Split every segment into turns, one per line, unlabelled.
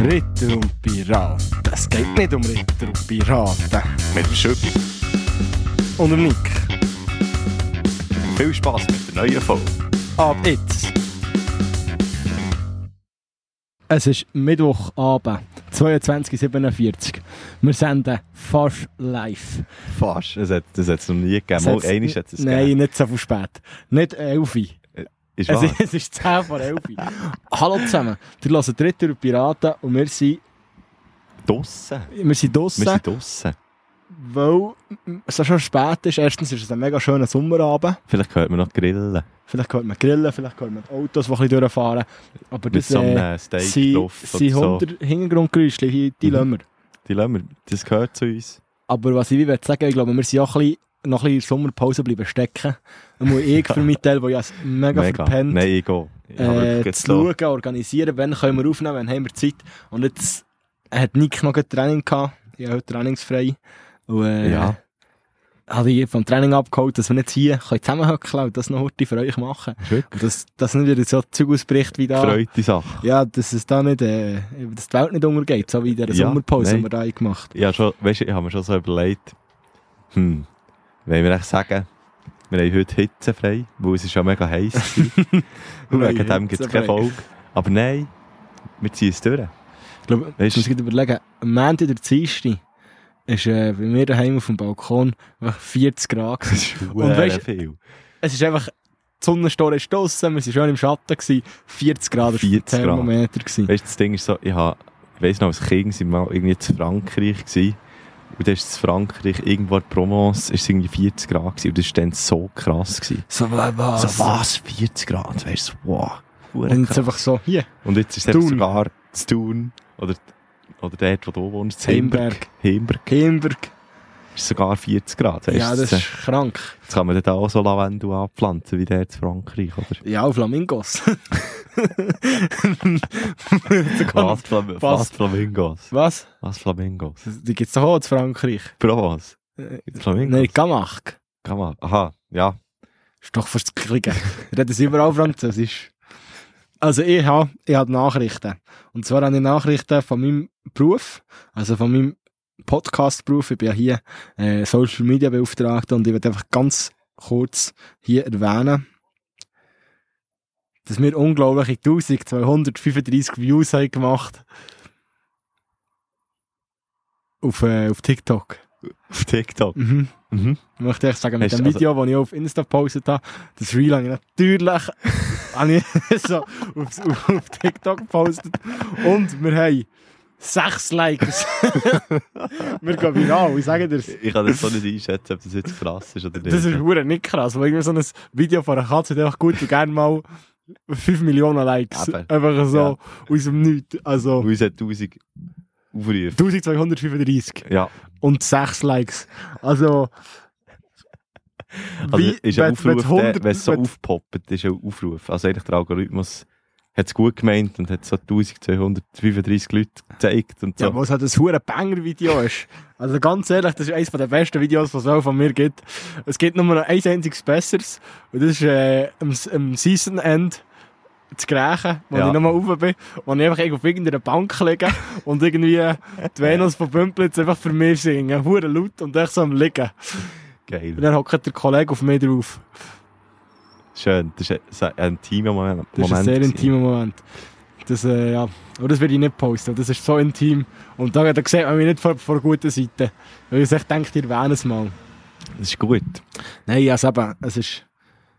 Ritter und Piraten. Es geht nicht um Ritter und Piraten.
Mit dem Schüppi.
Und um Nick.
Viel Spass mit der neuen Folge.
Ab jetzt. Es ist Mittwochabend, 22.47 Uhr. Wir senden fast live.
Fast. Das hat es noch nie gegeben. Mal
Es hat's-
einiges hat es
Nein,
gegeben.
nicht so viel spät. Nicht 11 Uhr.
Ist
Es
wahr?
ist, es ist 10 vor 11 Uhr. Hallo zusammen. Ihr hört Ritter und Piraten und wir sind,
Dossen.
wir sind draussen.
Wir sind draussen.
Weil es ja schon spät ist. Erstens ist es ein mega schöner Sommerabend.
Vielleicht hört man noch Grillen.
Vielleicht hört man Grillen, vielleicht hört man die Autos, die ein bisschen durchfahren. Aber
Mit
das
so einem
äh,
äh, Steak
sind
drauf
sind
oder so.
100 Hintergrundgeräusche, die die
Mhm.
lassen wir.
Die lassen wir. Das gehört zu uns.
Aber was ich wie möchte sagen, ich glaube, wir sind auch ein bisschen, noch ein bisschen in der Sommerpause bleiben stecken. Und muss ich für meinen Teil, wo ich es mega, mega. verpennt
Nein, ich gehe. Ich habe
äh,
wirklich
zu
so-
schauen, organisieren, wann können wir aufnehmen, wann haben wir Zeit. Und jetzt hat Nick noch ein Training gehabt. Ich habe heute trainingsfrei. Und, äh,
Ja.
Habe ich vom Training abgeholt, dass wir jetzt hier können zusammenhocken und das noch heute für euch machen.
Ist
Und
wirklich
dass das nicht wieder so Zeug ausbricht wie da.
Freute Sache.
Ja, dass es da nicht, äh, dass die Welt nicht untergeht, so wie in der
Ja,
Sommerpause, die
nein.
wir da gemacht
Ich habe, schon, weißt, ich habe mir schon so überlegt, hm, wenn wir echt sagen, wir haben heute Hitze frei, weil es ist schon mega heiß war. Und
Wir haben
wegen dem gibt es keine
hitzefrei.
Folge. Aber nein, wir ziehen es durch.
Ich glaube,
Weißt
ich muss gerade überlegen, am Montag oder Dienstag ist äh, bei mir daheim auf dem Balkon einfach 40 Grad.
Das ist
Und
sehr
weisst-
viel.
Es ist einfach, die Sonnenstore ist draussen, wir waren schön im Schatten, gewesen, 40 Grad
40 Grad.
Thermometer. Gewesen.
Weißt, das Ding ist so, ich, habe, ich weiss noch, als Kind sind wir mal irgendwie zu Frankreich gewesen. Und dann ist in Frankreich, irgendwo in Provence, ist es irgendwie 40 Grad gewesen. Und das war dann so krass. Gewesen.
So, wa- was?
So, was? 40 Grad? Weißt du, wow.
Und
verdammt
jetzt einfach so, hier,
Und jetzt ist es eben
Thun.
sogar zu Thun oder, oder dort, wo du wohnst,
Heimberg.
Heimberg. Heimberg
Kimberg.
ist sogar 40 Grad. weisst
Ja,
du,
das ist krank.
jetzt kann man dort auch so Lavendel anpflanzen, wie dort in Frankreich, oder?
Ja, und Flamingos.
Was, Flam
was-
was? Flamingos?
Was?
Was Flamingos?
Die gibt es doch auch in Frankreich.
Provence?
Äh,
Flamingos?
Nein, Gamach.
Kann man. Aha, ja.
Ist doch fürs Kriegen. Reden sie überall Französisch. Also ich habe, ich habe Nachrichten. Und zwar habe ich Nachrichten von meinem Beruf, also von meinem Podcast-Beruf. Ich bin ja hier äh, Social Media Beauftragter und ich werde einfach ganz kurz hier erwähnen, dass wir unglaubliche 1235 Views haben gemacht auf, äh, auf TikTok.
Auf TikTok.
Mhm.
Mhm.
Ich möchte echt sagen, mit
Hast-
dem Video, das ich auf Insta gepostet habe, das Reel habe ich natürlich habe ich so auf, auf, auf TikTok gepostet. Und wir haben sechs Likes. wir gehen viral, ich sage dir das.
Ich kann das so nicht einschätzen, ob das jetzt krass ist oder nicht.
Das ist verdammt nicht krass, weil irgendwie so ein Video von einer Katze hat einfach gut und gerne mal 5 Millionen Likes.
Eben.
Einfach so
Ja.
aus dem Nichts. Also
Uns hat 1000 Aufrufe.
1235
Ja.
und sechs Likes. Also...
Also ist ein
wenn- wenn
Aufruf,
100
der- wenn es so
wenn-
aufpoppt, ist ein Aufruf. Also eigentlich der Algorithmus hat es gut gemeint und hat so 1235 Leute gezeigt und so.
Ja, was halt ein hure Banger-Video ist. Also ganz ehrlich, das ist eines der besten Videos, was es auch von mir gibt. Es gibt nur noch ein einziges Besseres. Und das ist äh, am, S- am Season-End zu Grächen, wo
Ja.
ich nochmal rauf bin, wo ich einfach irgendwo auf irgendeiner Bank liege und irgendwie die Venus von Pümplitz einfach für mich singen. Hure laut und echt so am Liegen. Und
Geil.
dann hockt der Kollege auf mich drauf.
Schön. Das ist ein- so ein intimer Moment.
Das
Moment
ist ein sehr
gewesen.
intimer Moment. Das, äh, ja. Aber das werde ich nicht posten, das ist so intim. Und da, da sieht man mich nicht von von der guten Seite. Weil ich echt denke, ihr wähnt es mal.
Das ist gut.
Nein, also eben, es ist...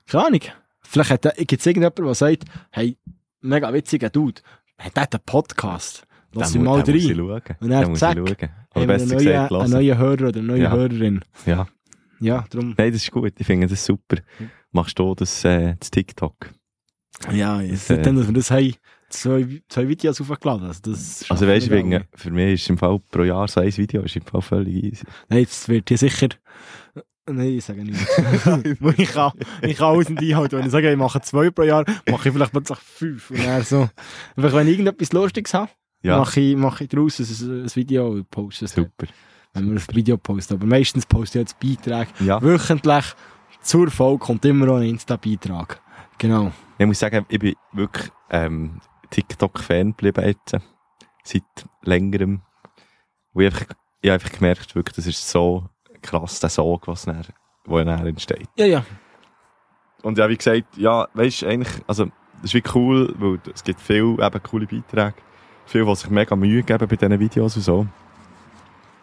Keine Ahnung. Vielleicht gibt es irgendjemanden, der sagt, hey, mega witziger Dude, hat der einen Podcast? Lass ihn
mu-
mal
muss ich
rein.
schauen.
Und dann
Den muss ich
zack,
schauen. Oder
Haben wir einen
besser
neuen,
gesagt,
einen
lassen.
neuen Hörer oder eine neue
Ja.
Hörerin.
Ja.
Ja, darum...
Nein, das ist gut. Ich finde das super. Machst du das, äh, das TikTok?
Ja, jetzt
Äh.
nicht, dass wir das haben. Zwei, zwei Videos aufgeladen. Also, das
Also weißt
schaffen
du,
wir
wegen-
alle.
für mich ist im Fall pro Jahr so ein Video ist im Fall völlig easy.
Nein, jetzt wird hier sicher. Nein, ich sage nichts. Weil ich kann, ich kann alles nicht einhalten. Wenn ich sage, ich mache zwei pro Jahr, mache ich vielleicht plötzlich fünf. Und dann so. Einfach, wenn ich irgendetwas Lustiges habe,
Ja,
mache ich, mache ich daraus ein, ein Video und poste es. dann,
super.
Wenn wir ein Video posten. Aber meistens poste ich jetzt Beiträge.
Ja.
Wöchentlich zur Folge kommt immer noch ein Insta-Beitrag. Genau.
Ich muss sagen, ich bin wirklich ähm, TikTok-Fan geblieben jetzt. seit längerem. Und ich habe einfach, ich habe einfach gemerkt, wirklich, das ist so krass, der Sog, was dann, wo dann entsteht.
Ja, ja.
Und ja, wie gesagt, ja, weißt du, eigentlich, also, das ist wie cool, weil es gibt viele eben coole Beiträge. Viele, die sich mega Mühe geben bei diesen Videos und so.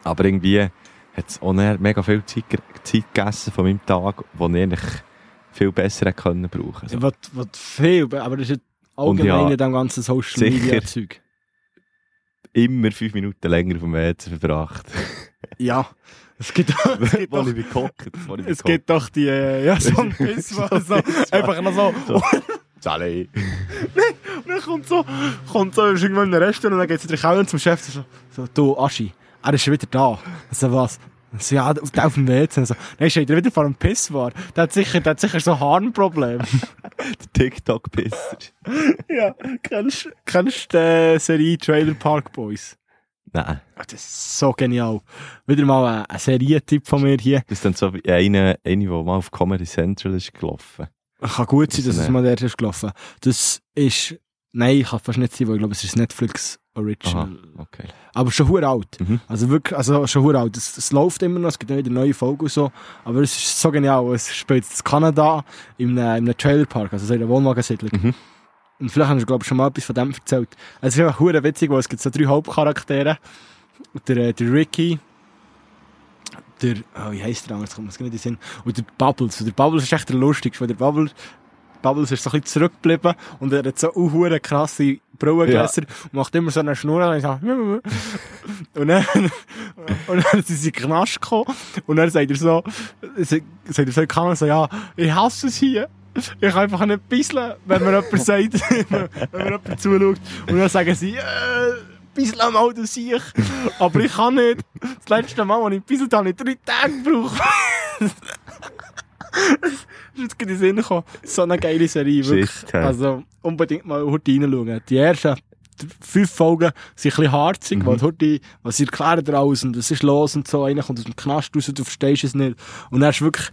Aber irgendwie hat es auch dann mega viel Zeit, ge- Zeit gegessen von meinem Tag, die ich eigentlich viel besser hätte können brauchen können.
Was, was viel, aber das ist ja allgemein
ja,
in dem ganzen Social Media Zeug.
immer fünf Minuten länger vom WC verbracht.
Ja. Es gibt, es gibt,
Wo
doch,
ich bin gehockt, wo ich bin
es gibt doch die, äh, ja, so ein Piss,
So
so,
ein Piss-
einfach noch so,
So. Sally.
Und dann kommt so, kommt so ist irgendwann in ein Restaurant und dann geht sie natürlich auch zum Chef und so, so, du, Aschi, er ist schon wieder da. Ich So, was? Ich So, ja, auf der auf dem WC. Und So, dann steht er wieder vor einem Piss war. Der hat sicher, der hat sicher so ein Harnproblem.
Der TikTok-Pisser.
ja, kennst, kennst du die Serie Trailer Park Boys?
Nein.
Ah, Das ist so genial. Wieder mal äh, ein, ein Serientipp von mir hier.
Das ist dann so wie einer, eine, der mal auf Comedy Central ist gelaufen.
Kann gut sein, dass es
Nee.
mal der ist gelaufen. Das ist, nein, kann fast nicht sein, weil ich glaube, es ist Netflix Original.
Okay.
Aber schon hure alt.
Mhm.
Also wirklich, also schon hure alt. Es, es läuft immer noch, es gibt immer wieder neue Folgen und so. Aber es ist so genial. Es spielt in Kanada im, äh, im Trailerpark, also so in einer Wohnwagensiedlung.
Mhm.
Und vielleicht haben wir, glaube ich, schon mal etwas von dem erzählt. Es ist einfach hure witzig, weil es gibt so drei Hauptcharaktere. Und Der, äh, der Ricky, der, oh, wie heisst der anders, kommt mir das gar nicht in den Sinn. Und der Bubbles. Und der Bubbles ist echt der lustigste, weil der Bubbles Bubbles ist so ein bisschen zurückgeblieben und er hat so eine krasse Brauengläser und macht immer so eine Schnur und ich so, und dann, und dann sind sie in den Knast gekommen und dann sagt er so, sagt er so in die Kamera so, ja, ich hasse es hier. Ich kann einfach nicht bisseln, wenn mir jemand sagt, wenn mir jemand zuschaut. Und dann sagen sie, äh, bisseln mal du sich. Aber ich kann nicht. Das letzte Mal, als ich bisselt habe, habe ich drei Tage gebraucht. Das ist jetzt gerade in den Sinn gekommen. So eine geile Serie, wirklich.
Shit, hey.
Also unbedingt mal heute reinschauen. Die ersten fünf Folgen sind ein bisschen harzig,
Mhm.
weil heute, was sie erklären daraus und was ist los und so, einer kommt aus dem Knast raus, du verstehst es nicht. Und dann ist wirklich,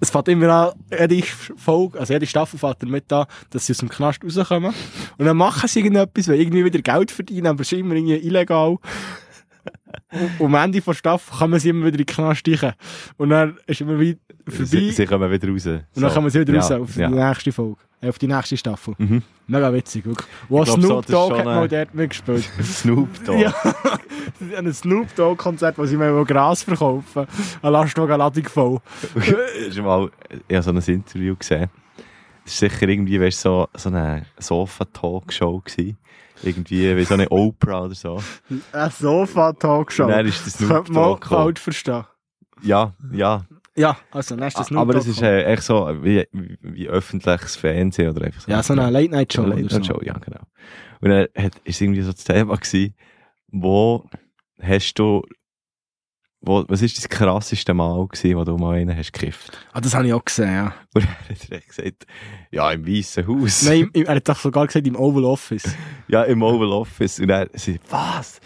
es fängt immer an, jede Folge, also jede Staffel fängt damit an, dass sie aus dem Knast rauskommen. Und dann machen sie irgendetwas, weil irgendwie wieder Geld verdienen, aber es ist immer irgendwie illegal. Und- Und am Ende der Staffel kann man sie immer wieder in den Knast reichen. Und dann ist immer wieder vorbei.
Sie, sie kommen wieder raus.
Und dann kommen sie wieder
ja,
raus auf
ja.
die nächste Folge. Äh, auf die nächste Staffel.
Mhm.
Mega witzig, wirklich. Wo
Ich glaub, so,
Snoop
das ist
Dogg
schon
hat mal
eine-
dort mitgespielt.
Snoop Dogg.
ja. An einem Snoop Dogg-Konzert, wo sie mir mal Gras verkaufen. Eine Lastwagenladung voll.
Ist mal, ich habe so ein Interview gesehen. Es war sicher irgendwie weißt, so, so eine Sofa-Talkshow. gewesen. Irgendwie wie so eine Oprah oder so.
Eine Sofa-Talkshow.
Und dann ist das
Das
Snoop
könnte man
Dogg gekommen.
falsch verstehen.
Ja, ja.
Ja, also nächstes Snoop
Aber
Dogg.
es ist äh, echt so wie, wie öffentliches Fernsehen oder einfach so.
ja, eh, so eine Late-Night-Show.
Late
oder
Night Show, ja, genau. Und er hat, ist irgendwie so das Thema gewesen, wo hast du, wo, was ist das krasseste Mal gewesen, wo du mal einen hast gekifft?
Ah, das habe ich auch gesehen, ja.
Und er hat direkt gesagt, ja, im Weißen Haus.
Nein, im- er hat doch sogar gesagt, im Oval Office.
Ja, im Oval Office. Und er sagt, was?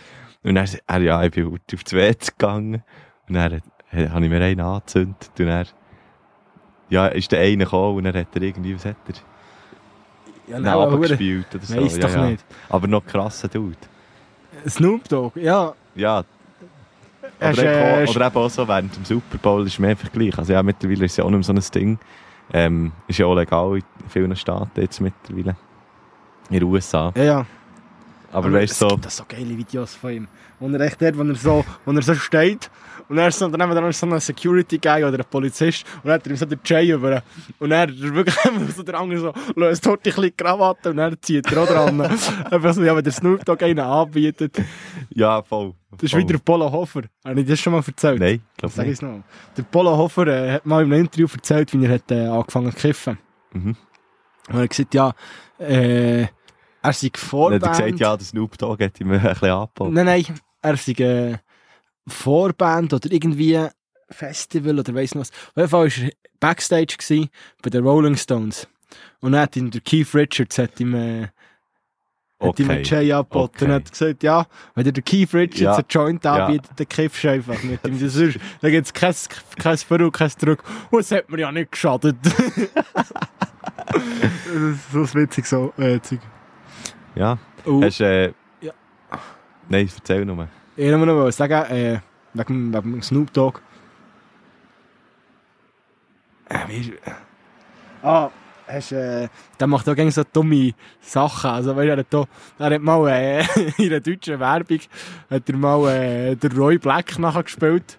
Und er sagt, er, ja, ich bin heute auf die WC gegangen. Und dann hat- hat- habe ich mir einen angezündet. Und er, ja, ist der eine gekommen und dann hat er irgendwie, was hat er?
Ja,
Nein,
aber
abgespielt oder so.
Nein, ist
ja,
doch
ja.
nicht.
Aber noch krasser Dude.
Snoop Dogg, ja.
Ja,
Er ist,
Oder,
äh,
eben, auch- oder eben auch so während dem Super Bowl ist mir einfach gleich. Also ja, mittlerweile ist ja auch nicht mehr so ein Ding. Ähm, ist ja auch legal in vielen Staaten jetzt mittlerweile. In den USA.
ja, ja.
Aber weißt du,
Es
so,
gibt da so geile Videos von ihm. Und er echt dort, wo er so, wo er so steht. Und er ist so, daneben dran ist so ein Security-Guy oder ein Polizist. Und er hat ihm so den Jay über. Und er ist wirklich so der andere so, löst dort ein bisschen die Krawatte und er zieht er auch dran. Einfach so, ja, wenn der Snoop Dogg einen anbietet.
ja, voll.
Das ist
voll.
wieder der Polo Hofer. Habe ich das schon mal erzählt?
Oh. Nein, ich
Sag
glaube
ich es
nicht.
noch. Der Polo Hofer äh, hat mal in einem Interview erzählt, wie er hat, äh, angefangen zu kiffen.
Mhm.
Und er hat gesagt, ja, äh, er sei
Dann
Vorband.
hat er gesagt, ja, der Snoop Dogg hat ihm ein bisschen angepackt.
Nein, nein, er sei äh, Vorband oder irgendwie Festival oder weiss noch was. Auf jeden Fall war er Backstage gewesen bei den Rolling Stones. Und dann hat ihm der Keith Richards hat ihm, äh, hat ihm einen
Okay.
Jay angeboten
Okay.
und hat gesagt, ja, wenn dir der Keith Richards
Ja.
einen Joint
Ja.
anbietet, dann kiffst du einfach mit ihm. Das ist, dann gibt es kein, kein Vor- und kein Druck. Und es hat mir ja nicht geschadet. das ist so witzig, so äh, Zeug.
Ja,
Oh,
hast du äh,
Ja.
Nein, erzähl nur.
Ich wollte nur noch sagen, äh, wegen, wegen dem Snoop Dogg. Äh, wie ist... Ah, hast, äh, der macht auch gerne so dumme Sachen. Also, weißt du, er hat, da, er hat mal äh, in einer deutschen Werbung hat er mal äh, den Roy Black nachgespielt.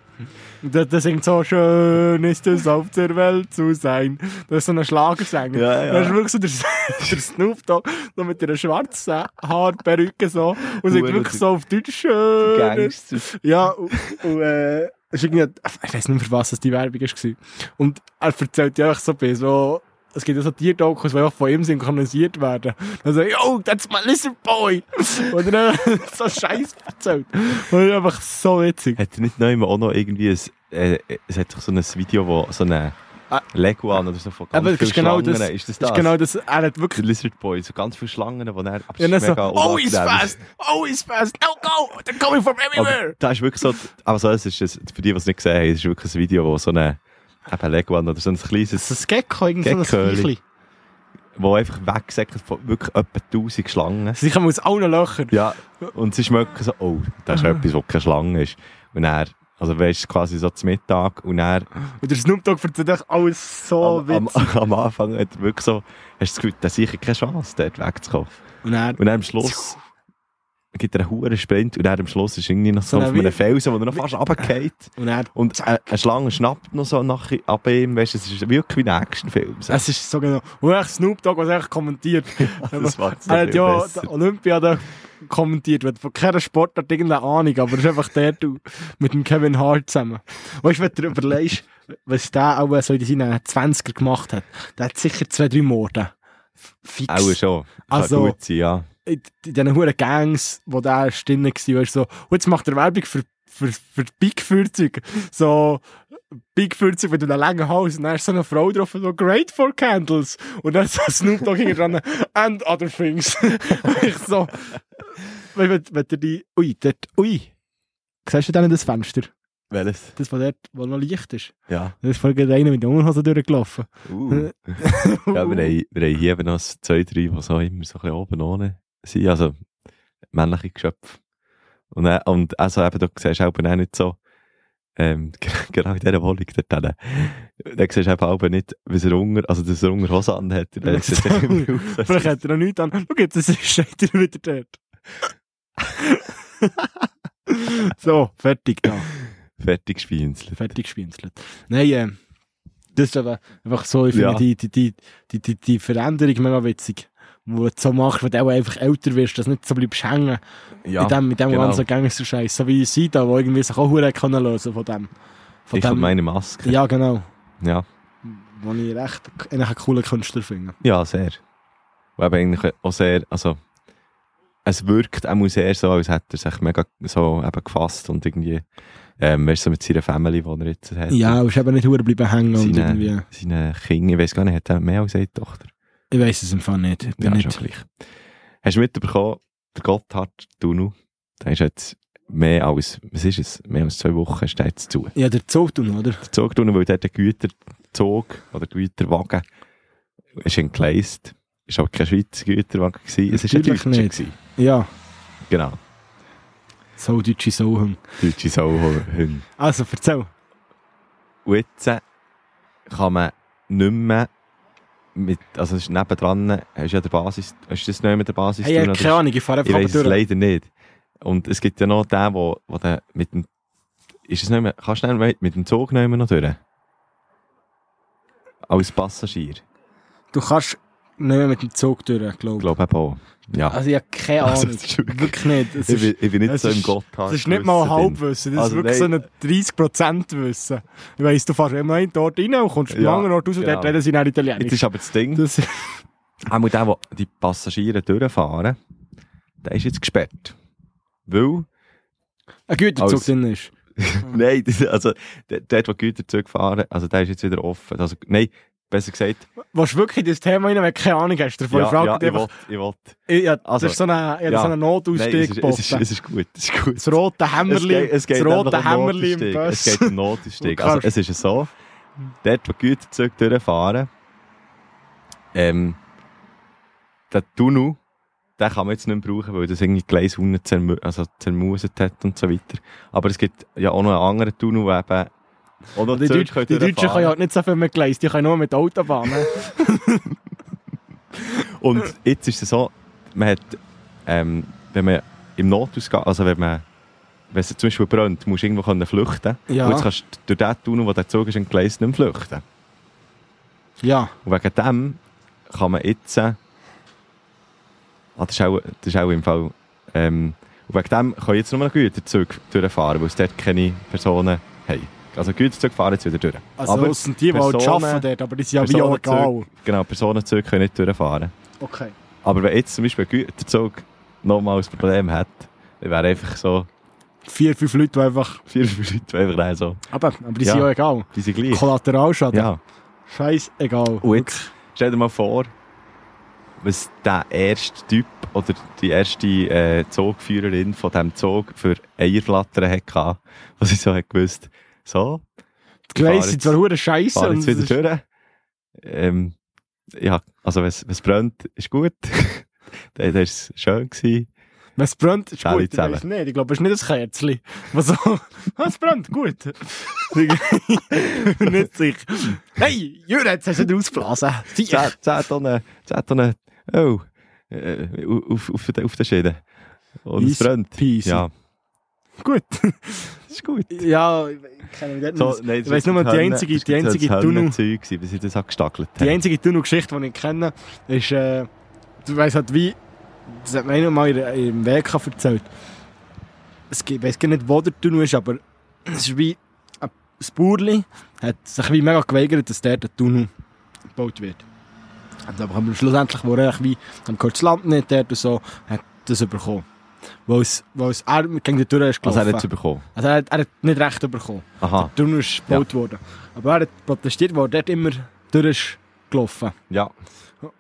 Und der, der singt so, schön ist es auf der Welt zu sein. Das ist so ein Schlagersänger.
Ja, ja.
Das ist wirklich so der, der Snoop Dogg, so mit einer schwarzen Haarperücke so. Und singt
Hure
wirklich
die-
so auf Deutsch, schön ist
Gangster.
ja, und, und äh, es ist irgendwie, ich weiß nicht, für was das die Werbung war. Und er erzählt ja auch so bei so, es gibt ja so Tierdokus, die auch von ihm synchronisiert werden. Dann so, yo, that's my lizard boy! Und dann äh, so Scheiß erzählt. Und einfach so witzig.
Hat er nicht noch immer auch noch irgendwie ein, äh, es hat doch so ein Video, wo so eine
Ah.
Lego an oder so von ganz
Aber das
vielen
ist genau
Schlangen.
das-
Ist das
Das
das?
ist genau das, er hat
Der
wirklich.
Lizard Boy, so ganz viele Schlangen, die er
Ja, dann so, oh, he's
ist
fast! Oh, he's fast! No, go! They're coming from
Aber
everywhere!
da ist wirklich so, also das ist, das, für die, die es nicht gesehen haben, das ist wirklich ein Video, wo so eine eben Lego an oder so ein kleines,
Das ist ein Gecko, irgendwie so ein
Gecko,
Viechli.
wo einfach weggesäckelt von wirklich etwa 1000 Schlangen.
Sie kommen aus allen Löchern.
Ja, und sie schmecken so, oh, das ist etwas, wo keine Schlange ist. Und er, also weißt du, quasi so zum Mittag und er
Und der Snoop Dogg erzählt euch alles so
am, am,
Oh, witzig.
am Anfang hat er wirklich so, hast du das Gefühl, da ist sicher keine Chance, dort wegzukommen.
Und er
Und dann am Schluss gibt er einen hohen Sprint und dann am Schluss ist irgendwie noch so,
So
auf
wie-
einem Felsen, wo er noch fast runtergeht.
Und er,
Und äh, eine Schlange schnappt noch so nach ab ihm, weißt du, es ist wirklich wie ein Actionfilm. So.
es ist so genau. Und echt Snoop Dogg, was echt kommentiert.
Das war
er hat ja
besser.
die Olympiade kommentiert. weil Von keiner Sportart irgendeine Ahnung, aber es ist einfach der du mit dem Kevin Hart zusammen. Weißt du, wenn du dir überlegst, was der auch so in seinen 20er gemacht hat, der hat sicher zwei, drei Morde. Fix.
Auch schon. Kann
Also-
gut sein, ja.
in in diesen huren Gangs, wo der ist drin war, weißt du, so, und jetzt macht er Werbung für, für, für die Big 40. So, Big 40 mit einem langen Hals und dann ist so eine Frau drauf, so, great for candles. Und dann so Snoop Dogg hinten dran, and other things. Und ich so, wenn, wenn, wenn der die, ui, dort, ui, siehst du dann das Fenster?
Welches?
Das von dort, wo noch Licht ist.
Ja.
Da ist vorhin gerade einer mit der Unterhose durchgelaufen.
Uh. Ja, wir haben, wir haben hier eben noch zwei, drei, die so immer so ein bisschen oben ohne sind, also männliche Geschöpfe. Und, dann, und also eben, du siehst auch eben auch nicht so, ähm, genau in dieser Wohnung dort hinten. Dann siehst du eben auch nicht, wie er unter, also dass er unter Hose anhat. Dann sieht er immer aus, als-
Vielleicht hat er noch nichts an. Schau, jetzt ist- steht er wieder dort. so, fertig da.
Fertig gespinselt.
Fertig gespinselt. Nein, äh, das ist aber einfach so, ich finde
Ja.
die, die, die, die, die, die Veränderung mega witzig. Wo du so machst, wenn du auch einfach älter wirst, dass du nicht so bleibst hängen.
Ja,
mit dem, mit dem
genau.
ganzen Gangster-Scheiß. So wie Sida, der irgendwie sich auch Huren können lösen von dem. Von
ich und meine Maske.
ja, genau.
Ja.
Wo ich recht einen coolen Künstler finde.
Ja, sehr. Und eben eigentlich auch sehr, also es wirkt auch sehr so, als hätte er sich mega so eben gefasst und irgendwie, ähm, weißt du, so mit seiner Family, die er jetzt hat.
Ja, und ist eben nicht Huren bleiben hängen und irgendwie.
seine, seine Kinder, ich weiß gar nicht, hat er mehr als eine Tochter?
Ich weiß es im Fall nicht. Ich bin
Ja,
nicht.
schon gleich. Hast du mitbekommen, der Gotthard Dunu, der ist jetzt mehr als, was ist es, mehr als zwei Wochen steht jetzt zu.
Ja, der Zugtunnel, oder?
Der Zug Dunu, weil der der Güterzug oder Güterwagen ist entgleist. Ist aber kein Schweizer Güterwagen gewesen, es ist ein
Natürlich
deutscher
nicht.
gewesen.
Ja,
Genau.
so deutsche Sauhung.
deutsche Sauhunde.
Also, erzähl.
Und jetzt äh, kann man nicht mehr mit, also es ist nebendran, hast ja der Basis, ist das nicht mehr der Basis?
Hey, ich habe keine Ahnung, ich fahre
Ich
einfach
weiß es
runter.
leider nicht. Und es gibt ja noch den, wo, wo der mit dem, ist es nicht mehr, kannst du nicht mehr mit, mit dem Zug nicht mehr noch durch? Als Passagier,
Du kannst nicht mehr mit dem Zug durch,
ich
glaube ich.
glaube eben auch. Ja.
Also, ich habe keine
Also,
Ahnung.
das ist wirklich-
wirklich nicht. Es
ich,
ist,
bin, ich bin nicht
es
so im
ist-
Gotthard.
es ist nicht mal ein
Wissen drin.
Halbwissen, das
Also,
ist wirklich
nein.
so ein 30% Wissen. Ich weiss, du fährst immer einen Ort rein und kommst
Ja,
am anderen Ort raus und dort
genau.
reden sie dann
Jetzt
Italienisch.
ist aber das Ding,
Das,
Auch der, der die Passagiere durchfahren, der ist jetzt gesperrt. Weil,
ein guter Zug
Als-
drin ist.
nein, das- also, der, der der Güterzug fahren, also der ist jetzt wieder offen. Also, nein, besser gesagt,
Willst du wirklich in das Thema rein, wenn du keine Ahnung hast? Davon?
ja,
frage
ja, ich
dich
will,
einfach.
ich will.
Ich, ja, das
Also,
ist so ein ja.
ja.
so einen
Nein, es
Notausstieg
ist, es, ist,
geboten.
es ist gut, es ist gut.
Das rote
Es
Hämmerli,
geht, es geht
das rote
einfach um
Hämmerli im
Notausstieg.
Bus.
Es geht um Notausstieg.
Du
Also, es
kannst-
ist so, dort, wo Güterzüge durchfahren, ähm, der Tunnel den kann man jetzt nicht mehr brauchen, weil das irgendwie Gleishunde zermu also zermuset hat und so weiter. Aber es gibt ja auch noch einen anderen Tunnel, der eben auch noch
Die,
Zürich
Deutschen,
könnte
die Deutschen
durchfahren.
können ja nicht so viel mit Gleis, die können nur mit Autobahnen.
Und jetzt ist es so, man hat, ähm, wenn man im Notausgang, also wenn man, wenn es zum Beispiel brennt, musst du irgendwo können flüchten.
Ja.
Und jetzt kannst du durch den Tunnel, wo der Zug ist, entgleist, nicht mehr flüchten.
ja,
Und wegen dem kann man jetzt, äh, ah, das ist auch, das ist auch im Fall, ähm, und wegen dem können jetzt nur noch Güterzüge durchfahren, weil es dort keine Personen haben. Also Güterzüge fahren jetzt wieder durch.
also
aber
aber aussen die, die halt
Personen-
arbeiten dort, aber die sind ja wie auch egal.
Personenzüge- Genau, Personenzüge können nicht durchfahren.
Okay.
Aber wenn jetzt zum Beispiel ein Güterzug nochmal ein Problem hat, dann wäre einfach so,
Vier, fünf Leute, die einfach...
vier, fünf Leute die einfach dann so,
Aber, aber die
Ja.
sind ja egal.
die sind gleich.
Kollateralschaden.
Ja.
Scheißegal.
Und jetzt stell dir mal vor, was der erste Typ oder die erste äh, Zugführerin von diesem Zug für Eierflattern hatte, was ich so hat gewusst so,
Die Gleise sind zwar hure scheiße.
fahr jetzt
und es
wieder
ist-
durch. Ähm, ja, also wenn es brennt, ist gut. Dann war es schön. Gewesen.
Wenn es brennt, ist
Alle
gut. Ich
zusammen.
weiss nicht, ich glaube, es ist nicht ein Kerzchen. Was so, Ah, es brennt, gut. nicht sicher. Hey, Jürgen, jetzt hast du ihn ausgeblasen.
Zehn
Sicher.
10
eh,
Tonnen, 10 Tonnen, oh, äh, auf, auf, den- auf den Schäden. Und es
Easy
brennt.
peasy.
Ja,
Gut.
das ist gut.
Ja, ich kenne mich dort nicht.
nein,
Ich weiss nur, nou die einzige- die einzige Tunnel-
Zeug gewesen, bis ich das angestachelt
Die
habe.
einzige Tunnelgeschichte, die ich kenne, ist, äh, du weißt halt wie, das hat mir einer mal in- im WK erzählt. Es gibt, ich weiß gar nicht, wo der Tunnel ist, aber es ist wie, ein Spurli hat sich wie mega geweigert, dass dort ein Tunnel gebaut wird. Und aber haben wir schlussendlich, wo er eigentlich wie, dann gehört das Land nicht dort und so, hat das bekommen. Weil es, weil es, er gegen die Tür ist gelaufen.
Also er hat es bekommen.
also er, hat, er hat nicht recht bekommen.
Aha,
Der Tunnel ist gebaut worden. Aber er hat protestiert, weil er dort immer durch ist gelaufen.
ja.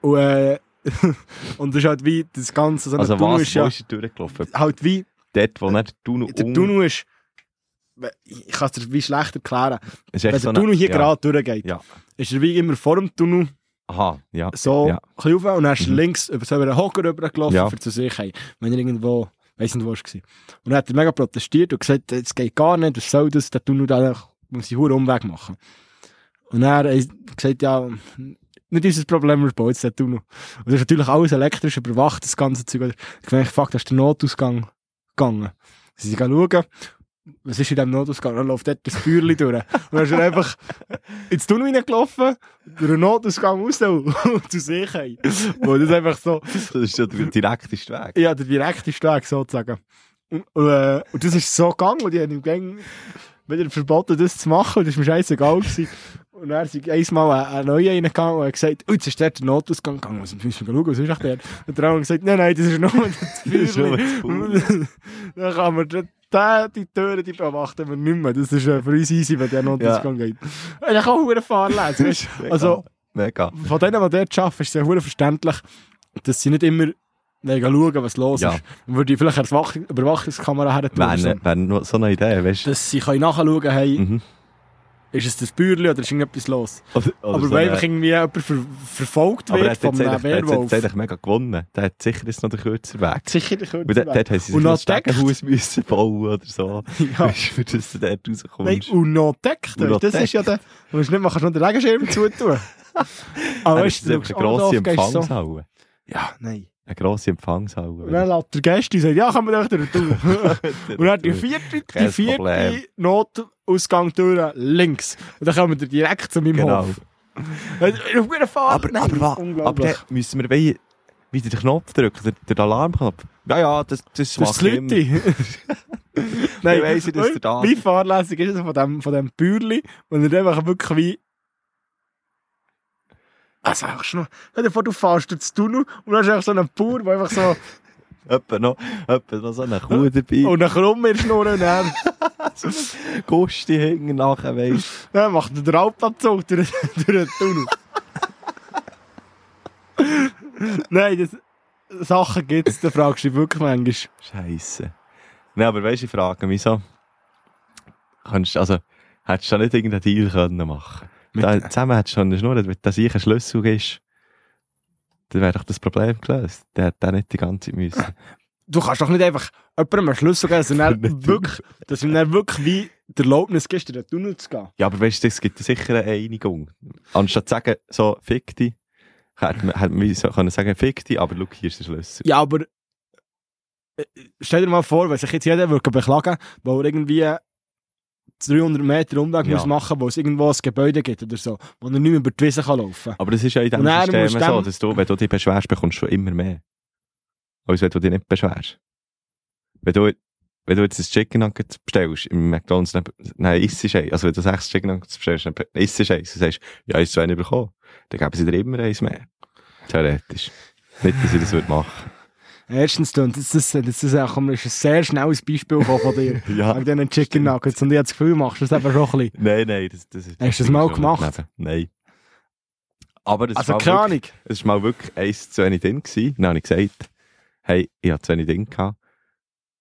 Und, äh, und das ist halt wie das Ganze, so ein
Also
Tunnel
was,
ist
wo
ja
ist er durchgelaufen?
halt wie,
Dort, wo er den Tunnel
der
um-
Tunnel ist, ich kann es dir wie schlecht erklären,
ist
wenn
echt
der
so eine-
Tunnel hier
eh, ja.
gerade durchgeht,
Ja.
ist er wie immer vor dem Tunnel
Aha, ja.
so
Ja.
ein bisschen rauf und dann ist er
Mhm.
links eh, über so über den Hocker rübergelaufen,
Ja.
für zu sich heim, wenn er irgendwo, weiss nicht wo es war. Und dann hat er mega protestiert und gesagt, das geht gar nicht, was soll das, der Tunnel da muss ich einen hohen Umweg machen. Und er hat er gesagt, ja, nicht unser Problem, wir bauen jetzt den Tunnel. Und das ist natürlich alles elektrisch überwacht, das ganze Zeug. Und Ich dachte, fuck, da ist der Notausgang gegangen. Sie sind schauen, was ist in diesem Notausgang? Dann läuft dort das Feuerchen durch. Und dann ist er einfach ins Tunnel reingelaufen, durch den Notausgang raus und zu sich heim. Und das ist einfach so,
Das ist ja der direkteste Weg.
ja, der direkte Weg sozusagen. Und, und, äh, und das ist so gegangen und die haben ihm gang wieder verboten, das zu machen. Und das war mir scheißegal. gewesen. Und dann sind einmal ein, ein neuer reingegangen und hat gesagt, oh, jetzt ist dort der Notausgang gegangen, also müssen wir schauen, was ist echt dort? Und der andere hat gesagt, nein, nein, das ist nur das
ist nur das
Feuerchen. Dann kann man den, den- die Türen, die beobachten wir nicht mehr. Das ist äh, für uns easy, wenn der Notausgang geht. Und ich kann auch verdammt fahren lesen. weißt
ist
du?
mega.
Also,
Mega.
von denen, die dort arbeiten, ist es ja verdammt verständlich, dass sie nicht immer mega schauen, was los
Ja.
ist. Dann würde ich vielleicht eine Wach- Überwachungskamera her tun. oder so.
Wäre wäre nur so eine Idee, weißt du?
Dass sie können nachschauen können, hey,
nou, Mhm. Oh,
ist es das Bürli oder ist irgendetwas los?
Oder- oder
Aber
so
wenn
eine-
einfach irgendwie jemand ver verfolgt
aber er
wird
hat
vom äh,
jetzt eigentlich- er hat
Werwolf,
jetzt eigentlich mega gewonnen. Der hat sicher jetzt noch den kürzeren Weg.
sicher die Kürze
Und dort, dort haben sie
Und
sich noch ein
noch entdeckt.
Stegenhaus müssen bauen oder so.
nou Ja.
Weißt du, für das du dort
Nein,
rauskommst.
und noch entdeckt.
Und noch
weisst du, Das ist ja der... Du musst nicht machen, kannst nur den Regenschirm zutun. Aber
Dann
weißt
ist
du,
das
du schaust
einfach
auch
eine grosse
drauf, gehst so-
Empfangshalle.
Ja, nein.
Eine grosse
Und dann
Empfangshalle.
lässt der Gäste und sagt, ja, kann man doch durch den Tunnel. Und dann nou die vierte, die
Kein Problem.
vierte Notausgangtür links. Und dann kommen wir direkt zu meinem
Genau.
Hof. Äh, Auf guten Fahrt.
Aber, aber, wa- aber
unglaublich.
dann müssen wir wie- wieder den Knopf drücken, den, den Alarmknopf. Ja, ja, das, das,
das ist
mache
das
ich immer.
Leute.
Ich weiss ja, dass der da-
Wie fahrlässig ist es von dem, von dem Bäuerli, wenn er einfach wirklich wie... Also einfach schon... Stell dir vor, du fährst durch das Tunnel und dann hast du einfach so einen Bauer, der einfach so...
Etwa noch, etwa noch so eine Kuh dabei,
Und dann rum in der Schnur und dann,
Gusti hängen nachher, weißt
dann macht er den Alpabzug durch, durch den Tunnel. Nein, das... Sachen gibt es, da fragst du dich wirklich manchmal.
du. Scheisse. Nein, aber weißt du, ich frage mich so, kannst, du- also, hättest du da nicht irgendeinen Deal können machen können? Zusammen hättest du schon eine Schnur, wenn das sicher ein Schlüssel ist. dann wäre doch das Problem gelöst. Der hätte auch nicht die ganze Zeit müssen.
Du kannst doch nicht einfach jemandem einen Schlüssel geben, dass, er dann
Nicht
wirklich, dass ihm dann wirklich wie die Erlaubnis gibt, in den Tunnel zu gehen.
Ja, aber weißt du, es gibt sicher eine Einigung. Anstatt zu sagen, so, fick dich, hätte man, hätte man wie so können sagen, fick dich, aber schau, hier ist der Schlüssel.
Ja, aber äh, stell dir mal vor, wenn sich jetzt jeder würde beklagen weil er irgendwie 300 Meter Umweg
Ja.
muss machen wo es irgendwo ein Gebäude gibt oder so, wo er nicht mehr über die Wiese kann laufen kann.
Aber das ist ja in diesem
Und er
System
muss dem-
so, dass du, wenn du dich beschwerst, bekommst du schon immer mehr. Als wenn du dich nicht beschwerst. Wenn du, wenn du jetzt ein Chicken Nugget bestellst im McDonalds, dann- nein, isst es eins. Also wenn du sechs Chicken Nuggets bestellst, dann isst es eins. Du sagst, ja, ich habe zwei bekommen. Dann geben sie dir immer eins mehr. Theoretisch. Nicht, dass ich das würde machen
Erstens, und das, das, das ist auch ist ein sehr schnelles Beispiel gekommen von dir,
würde. Ja.
wegen diesen Chicken Nuggets. Und ich habe das Gefühl, du machst das eben schon ein bisschen.
Nein, nein, das, das ist...
Hast du das mal
ist schon
gemacht?
daneben. Nein. Aber das
Also
ist mal
keine Ahnung.
Es war mal wirklich eins zu wenig drin. gewesen. Dann habe ich gesagt, hey, ich habe zu wenig drin gehabt.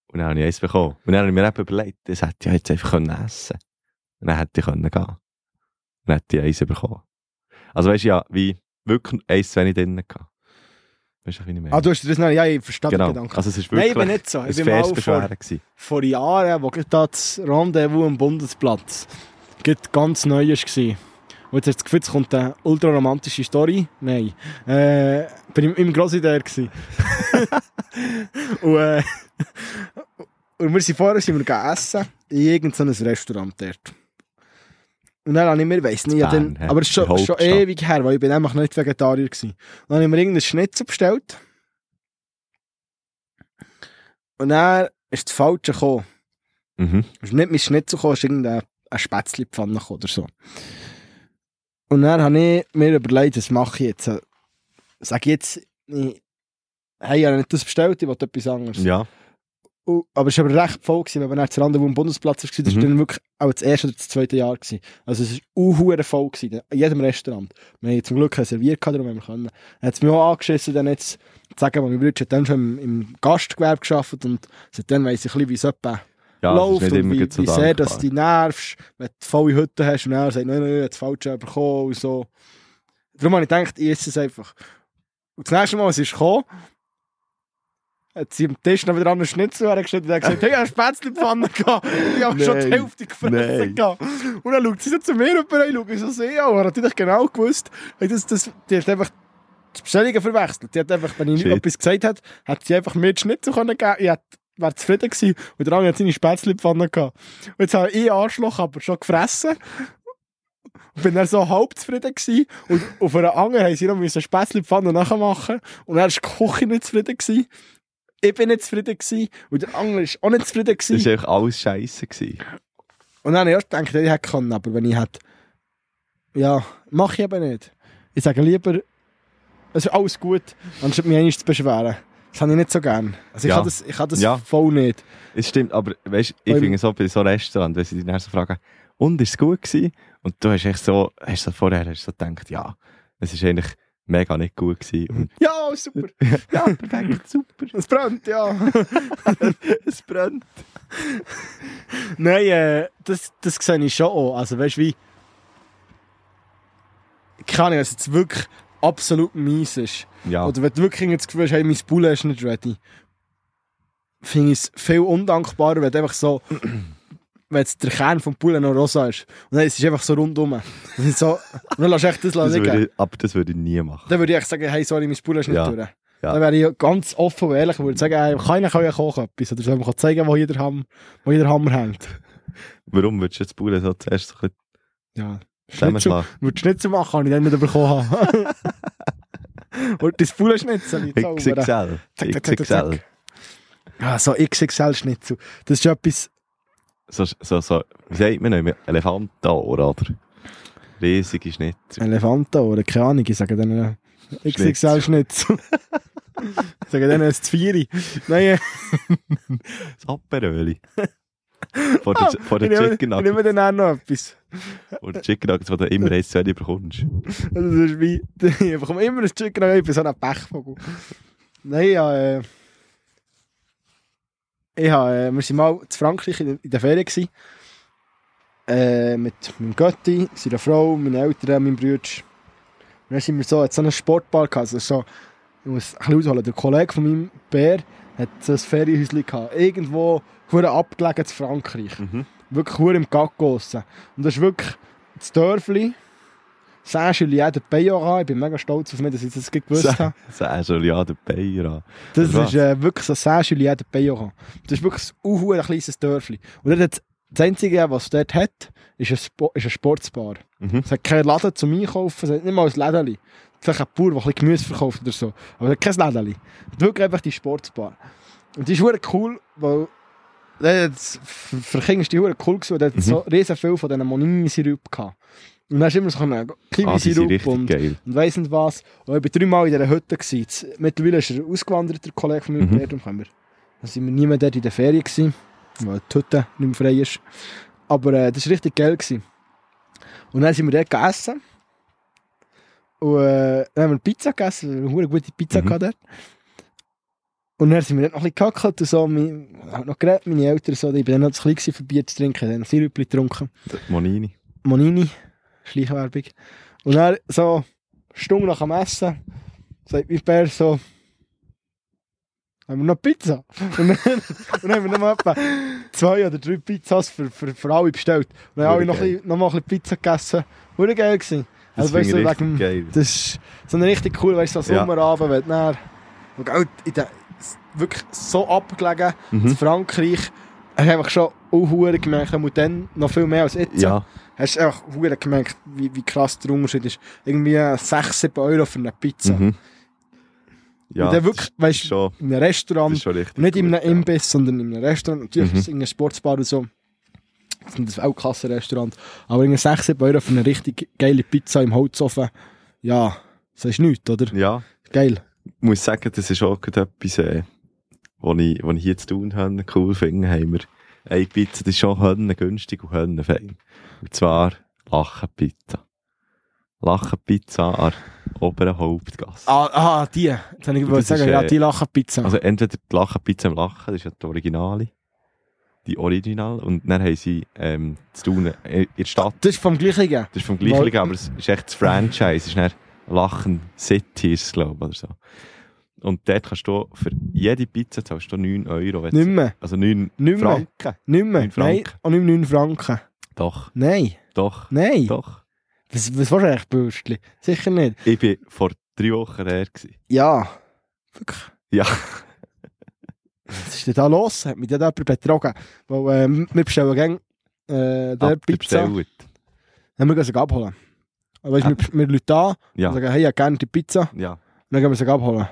Und dann habe ich eins bekommen. Und dann habe ich mir eben überlegt, das hätte ich ja jetzt einfach können essen Und dann hätte ich können gehen Und dann hätte ich eins bekommen. Also weißt du, ja, wie wirklich eins zu wenig drin gehabt. Weißt du, wie ich meine?
Ah, du hast dir das noch... Ja, ich verstehe den
genau.
Gedanken.
Also es ist
Nein,
wirklich
ich bin nicht so.
ein
Ich bin mal
faires
vor,
Beschweren gewesen.
vor Jahren, wo gerade da das Rendezvous am Bundesplatz gerade ganz neu war. Und jetzt hast du das Gefühl, es kommt eine ultraromantische Story. Nein. Äh, bin ich im Grossidär gsi. und, äh, und wir sind vorher sind wir gegangen essen in irgendeinem Restaurant dort. Und dann habe ich mir, weiss nicht,
In
ja, dann,
Bern, hä?
aber es ist
In der
schon, schon
Hauptstadt.
ewig her, weil ich bin einfach nicht Vegetarier gsi. Und Dann habe ich mir irgendeinen Schnitzel bestellt. Und dann ist das Falsche gekommen.
Mhm.
Es ist nicht mein Schnitzel gekommen, es ist irgendein ein Spätzlepfanne gekommen oder so. Und dann habe ich mir überlegt, was mache ich jetzt? Sag ich jetzt, ich, hey, ich habe nicht das bestellt, ich wollte etwas anderes.
Ja.
Und- aber es war aber recht voll, gewesen, wenn man dann zu Rande, wo am Bundesplatz war, das war
Mhm.
dann wirklich auch das erste oder das zweite Jahr. Gewesen. Also es war auch voll, gewesen, in jedem Restaurant. Wir haben zum Glück serviert, darum haben wir können. Dann hat es mich auch angeschissen, dann jetzt zu sagen, weil mein Bruder hat dann schon im, im Gastgewerbe gearbeitet und seitdem weiss ich ein bisschen, wie es etwa
ja
läuft
das ist nicht
und
immer
wie,
gerade so
wie sehr dass
dankbar.
du dich nervst, wenn du volle Hütte hast und er sagt, nein, nein, ich habe das Falsche bekommen und so. Darum habe ich gedacht, ich esse es einfach. Und das nächste Mal, als es kam, hat sie am Tisch noch wieder an einen Schnitzel hergestellt und hat gesagt, hey, ich habe Spätzlepfanne gehabt. Ich habe schon die
Nein,
Hälfte gefressen
nein.
gehabt. Und dann schaut sie so zu mir und ich schaue so sehr an. Hat ich genau gewusst, hey, das, das, die hat einfach die Bestellungen verwechselt. Die hat einfach, wenn ich
Shit.
etwas gesagt hat, hat sie einfach mir die Schnitzel können geben. Ich hätte- wäre zufrieden gewesen. Und der andere hat seine Spätzlepfanne gehabt. Und jetzt habe ich Arschloch aber schon gefressen. Und bin dann so halb zufrieden gewesen. Und auf einer anderen haben sie noch müssen Spätzlepfanne nachmachen. Und dann war die Küche nicht zufrieden gewesen. Ich bin nicht zufrieden gewesen. Und der andere ist auch nicht zufrieden gewesen.
Das war einfach alles scheisse. gewesen.
Und dann habe ich erst gedacht, ich hätte können, aber wenn ich hätte. Ja, mache ich eben nicht. Ich sage lieber, es ist alles gut, anstatt mich einmal zu beschweren. Das habe ich nicht so gern. Also ich
Ja.
habe das, ich habe das
Ja.
voll nicht.
Es stimmt, aber weißt, ich
Weil-
finde so bei so Restaurant, wenn sie dich dann so fragen, und ist es gut gewesen? Und du hast echt so, hast so vorher hast so gedacht, ja, es ist eigentlich mega nicht gut gewesen. Und,
Ja, super.
ja, perfekt, super,
Es brennt, ja.
es brennt.
Nein, äh, das, das sehe ich schon auch. Also weißt du, wie... Keine Ahnung, wenn es jetzt wirklich absolut mies ist.
Ja,
Oder wenn du wirklich das Gefühl hast, hey, mein Bulle ist nicht ready, finde ich es viel undankbarer, wenn du einfach so, wenn jetzt der Kern vom Bulle noch rosa ist. Und dann ist es einfach so rundum. Und dann, so, und dann lass echt das
das
liegen.
würde, ich- aber das würde ich nie machen.
Dann würde ich echt sagen, hey, sorry, mein Bulle ist nicht
Ja.
durch.
Ja.
Dann wäre ich ganz offen und ehrlich und würde sagen, hey, keiner kann ja kochen etwas. Oder soll man zeigen, wo jeder, Ham, wo jeder Hammer hängt.
Warum würdest du jetzt die Bauern so zuerst so ein bisschen
Ja. Schnitzel,
zusammenschlagen?
würdest du Schnitzel machen, kann ich dann nicht bekommen haben. Und das Bulle Schnitzel, ich zaubern.
XXL,
Zack, zack, zack, zack,
XXL.
Ja, Ah, so XXL-Schnitzel. Das ist etwas.
So, so, so, wie sagt man noch, Elefantenohren, oder? Riesige Schnitter.
Äh. Elefanten oder keine Ahnung, ich sage denen äh, XXL-Schnitzel. ich sage denen ein Zvieri. Nein, äh,
Das Aperöli. Vor der, vor
Ah, ich
der
nehme, ich
Chicken Nuggets.
nehme dann auch noch etwas.
Oder Chicken Nuggets, die du immer eins zu wenig bekommst.
Also, das ist wie, ich bekomme immer ein Chicken Nugget bei so einem Pechvogel. Nein, ja, äh, ich habe, äh, wir waren mal zu Frankreich in, in der Ferien. Gewesen, äh, mit meinem Götti, seiner Frau, meinen Eltern, meinem Bruder. Und dann sind wir so, hat so eine Sportbar gehabt, also so ich muss ein bisschen ausholen. Der Kollege von meinem Bär hat so ein Ferienhäuschen gehabt. Irgendwo, hure abgelegen zu Frankreich.
Mhm.
Wirklich hure im Gag gegossen. Und das ist wirklich das Dörfli. Saint-Julien de Peyora. Ich bin mega stolz auf mich, dass ich das gewusst habe.
Sagst du, ja, der Bayer.
Das
Was?
ist äh, wirklich so Saint-Julien de Peyora. Das ist wirklich ein unhuere kleines Dörfli. Und dort hat's- das Einzige, was es dort hat, ist eine, Spo ist eine Sportsbar.
Mhm.
Es hat keinen Laden zum Einkaufen, es hat nicht mal ein Lädeli. Vielleicht ein Bauer, der ein bisschen Gemüse verkauft oder so. Aber es hat kein Lädeli. Und Wirklich einfach die Sportsbar. Und die ist verdammt cool, weil äh, das- für für Kinder ist die verdammt cool gewesen.
Mhm.
Da hat so riesen viel von diesen Monini-Sirup gehabt. Und dann ist immer so ein
Ah, die sind
Kiwi-Sirup
richtig
und,
geil.
und weiss nicht was. Und ich war dreimal in dieser Hütte. Gewesen. Jetzt- Mittlerweile ist er ausgewandert, der Kollege von mir,
Mhm.
mhm. darum können wir. Dann sind wir nie mehr dort in der Ferien gewesen, weil die Hütte nicht mehr frei ist. Aber äh, das war richtig geil. Gewesen. Und dann sind wir dort gegessen. Und äh, dann haben wir Pizza gegessen, wir haben eine gute Pizza
Mhm.
gehabt dort. Und dann sind wir dort noch ein bisschen gehackelt und so, mein, hat noch geredet, meine Eltern so, ich bin dann noch zu klein gewesen, für Bier zu trinken, dann Sirup getrunken.
Monini.
Monini, Schleichwerbung. Und dann so, Stunde nach dem Essen, sagt mein Bär so, haben wir noch Pizza? Und dann, und dann haben wir nochmal etwa zwei oder drei Pizzas für, für, für alle bestellt. Und dann haben alle noch, ein
Wirklich
bisschen- noch mal ein bisschen Pizza gegessen. Wurde geil gewesen.
Das
Also, weißt du,
finde ich
wegen dem-
richtig geil.
Das ist so ein richtig cool, weißt du, so
Ja.
Sommerabend, wenn du dann, wo du auch in der, wirklich so abgelegen,
Mhm.
in Frankreich, hast du einfach schon unhuere gemerkt, und dann noch viel mehr als jetzt.
Ja,
Hast du einfach verdammt gemerkt, wie, wie krass der Unterschied ist? Irgendwie äh, 6, 7 Euro für eine Pizza.
Mhm. Ja,
und dann wirklich,
das ist
weißt du,
schon,
in einem
das
Restaurant,
ist schon richtig.
nicht in
gut,
einem Imbiss, sondern in einem Restaurant, natürlich
Mhm.
in einer Sportsbar und so. Das ist ein Weltklasse-Restaurant. Aber irgendwie 6, 7 Euro für eine richtig geile Pizza im Holzofen, ja, das ist nichts, oder?
Ja. ja,
Geil.
ich muss sagen, das ist auch gerade etwas, äh, was ich, was ich hier zu tun habe, cool finde, haben wir eine Pizza, die ist schon Hönne günstig und Hönne fein. Und zwar Lachenpizza. Lachenpizza an der oberen Hauptgasse.
Ah, ah die. Jetzt habe ich
Das
gewollt
ist,
sagen, ja,
äh,
die Lachenpizza.
Also entweder die Lachenpizza im Lachen, das ist ja die Originale, die Original, und dann haben sie ähm, zu tun äh, in der Stadt
das ist vom Gleichen.
Das ist vom gleichen,
Mal-
aber es ist echt das Franchise. Es ist dann Lachen City, ist es, glaube ich, oder so. Und dort kannst du für jede Pizza zahlst du 9 Euro. wenn du-
Nicht mehr.
Also 9
Nicht mehr.
Franken.
Nicht mehr.
Neun Franken.
Nein, auch nicht 9 Franken.
Doch,
Nein,
doch,
nein.
doch.
Was, was willst du eigentlich, Bürstli? Sicher nicht.
Ich war vor drei Wochen her. gewesen.
Ja. Wirklich.
Ja.
Was ist denn da los? Hat mich da jemand betrogen? Weil ähm, wir bestellen gerne äh, der
Ab
Pizza. Dann
bestellt.
wir gehen sie abholen. Aber weißt, wir, wir Leute da und
Äh. Ja,
sagen, hey, ich hätte gerne die Pizza. Und
ja.
dann gehen wir sie abholen.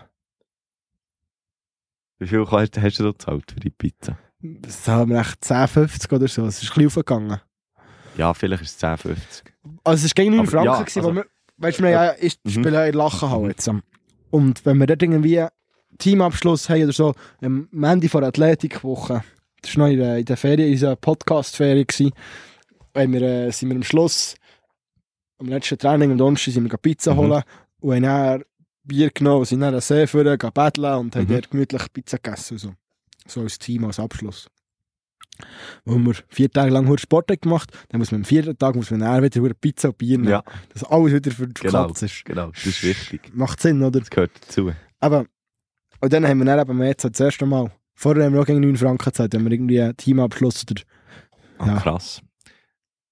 Wie viel hast, hast du da gezahlt für die Pizza?
Das haben wir echt 10,50 oder so. Es ist ein bisschen aufgegangen.
Ja, vielleicht ist es 10,50.
Also es war gegen 9
Aber
Franken,
ja,
gewesen,
also-
weil wir, weißt, wir haben ja, ich
Mhm.
spiele in Lachenhau jetzt. am- Und wenn wir dort irgendwie Teamabschluss haben oder so, ähm, am Ende vor der Athletikwoche, das war noch in der, in der Ferien, in unserer Podcast-Ferien, gewesen, haben wir, äh, sind wir am Schluss, am letzten Training, am Donnerstag, sind wir gehen Pizza
Mhm.
holen und haben dann Bier genommen, sind dann an den See vorne, gehen betteln und haben
Mhm.
dort gemütlich Pizza gegessen. und So. so als Team, als Abschluss. Wo wir vier Tage lang verdammt Sport haben gemacht dann muss man am vierten Tag muss man dann wieder verdammt Pizza und Bier nehmen.
Ja,
Dass alles wieder für die
Genau.
Katze ist.
genau. Das ist wichtig.
Macht Sinn, oder?
Das gehört dazu.
Aber, und dann haben wir dann eben jetzt das erste Mal, vorher haben wir auch gegen 9 Franken gezahlt, wenn wir irgendwie einen Teamabschluss oder...
Ah,
Ja.
Krass.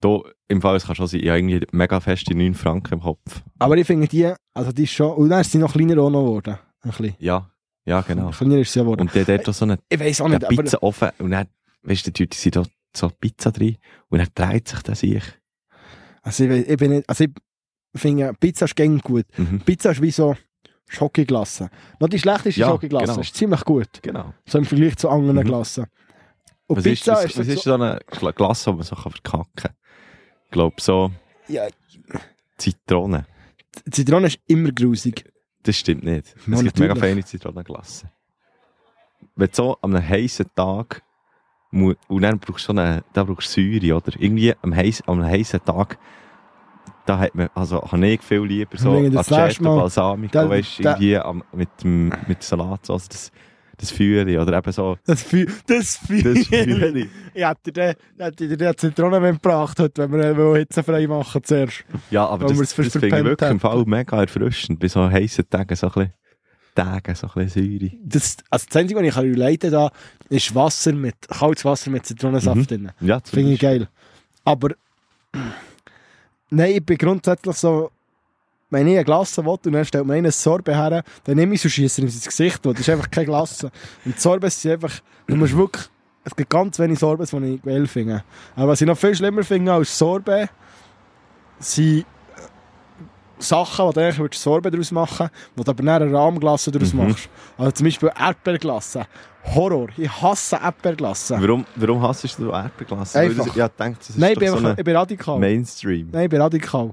Da, im Fall, es kann schon sein, ich habe irgendwie mega feste 9 Franken im Kopf.
Aber ich finde die, also die ist schon... Und dann ist sie noch kleiner auch noch geworden. Ein bisschen.
Ja, ja, genau.
Kleiner ist sie ja geworden.
Und der hat auch so einen
Ich weiß auch
der
nicht, aber...
Pizzaofen und dann, weißt du, die Leute sind da so Pizza drin und dann dreht sich das sich.
Also ich, weiss- ich bin nicht... Also ich finde, Pizza ist gängig gut.
Mhm.
Pizza ist wie so Schokoglasse. Noch die schlechteste
Ja,
Schokoglasse.
genau.
Ist ziemlich gut.
Genau.
So im Vergleich zu anderen
Mhm.
Glassen. Und
was
Pizza
ist, das,
ist,
was
so-
ist so eine Gla- Glasse, die man so kann verkacken kann? Ich glaube, so
ja,
Zitrone.
Zitrone ist immer grusig.
Das stimmt nicht.
Ja,
es gibt mega
natürlich.
feine Zitronenglasse. Wenn du so an einem heißen Tag mu- und dann brauchst du so eine, da brauchst du Säure, oder? Irgendwie am heiss, an einem heißen Tag da hat man, also habe ich viel lieber so
Wegen des letzten
Aceto,
Mal.
Balsamico,
Da-
weißt du,
da-
irgendwie am, mit, dem, mit Salatsauce, das, das Fühli, oder eben so,
Das Fü Das Fü
das Fühli.
Ich hätte dir den- hätte dir den Zitronen mitgebracht, heute, wenn wir äh, Hitze frei machen zuerst.
Ja, aber
Wenn
das,
wir es
das
ver-
finde ich
verpennt
wirklich im
hätten.
Fall mega erfrischend, bei so heißen Tagen so ein bisschen Tagen so ein bisschen Säure.
Das, also das Einzige, was ich relaten kann, ist Wasser mit, kaltes Wasser mit Zitronensaft drin.
Ja,
Das finde ich geil. Aber nein, ich bin grundsätzlich so, wenn ich eine Glasse will und dann stellt mir einer ein Sorbet her, dann nehme ich so schießen ihm ins Gesicht, weil das ist einfach keine Glasse. Und die Sorbets sind einfach, du musst wirklich, es gibt ganz wenige Sorbets, die ich geil finde. Aber was ich noch viel schlimmer finde als Sorbet, sind äh, Sachen, die du eigentlich würdest Sorbet daraus machen wo du aber dann eine Rahmglasse daraus
Mhm.
machst. Also zum Beispiel Erdbeerglasse. Horror. Ich hasse Erdbeerglasse.
Warum, warum hasst du Erdbeerglas?
Einfach.
Ja, denkt, das ist
Nein, ich
doch
bin,
so
einfach,
ein
ich bin radikal.
eh, Mainstream. Ein
Nein, ich bin radikal.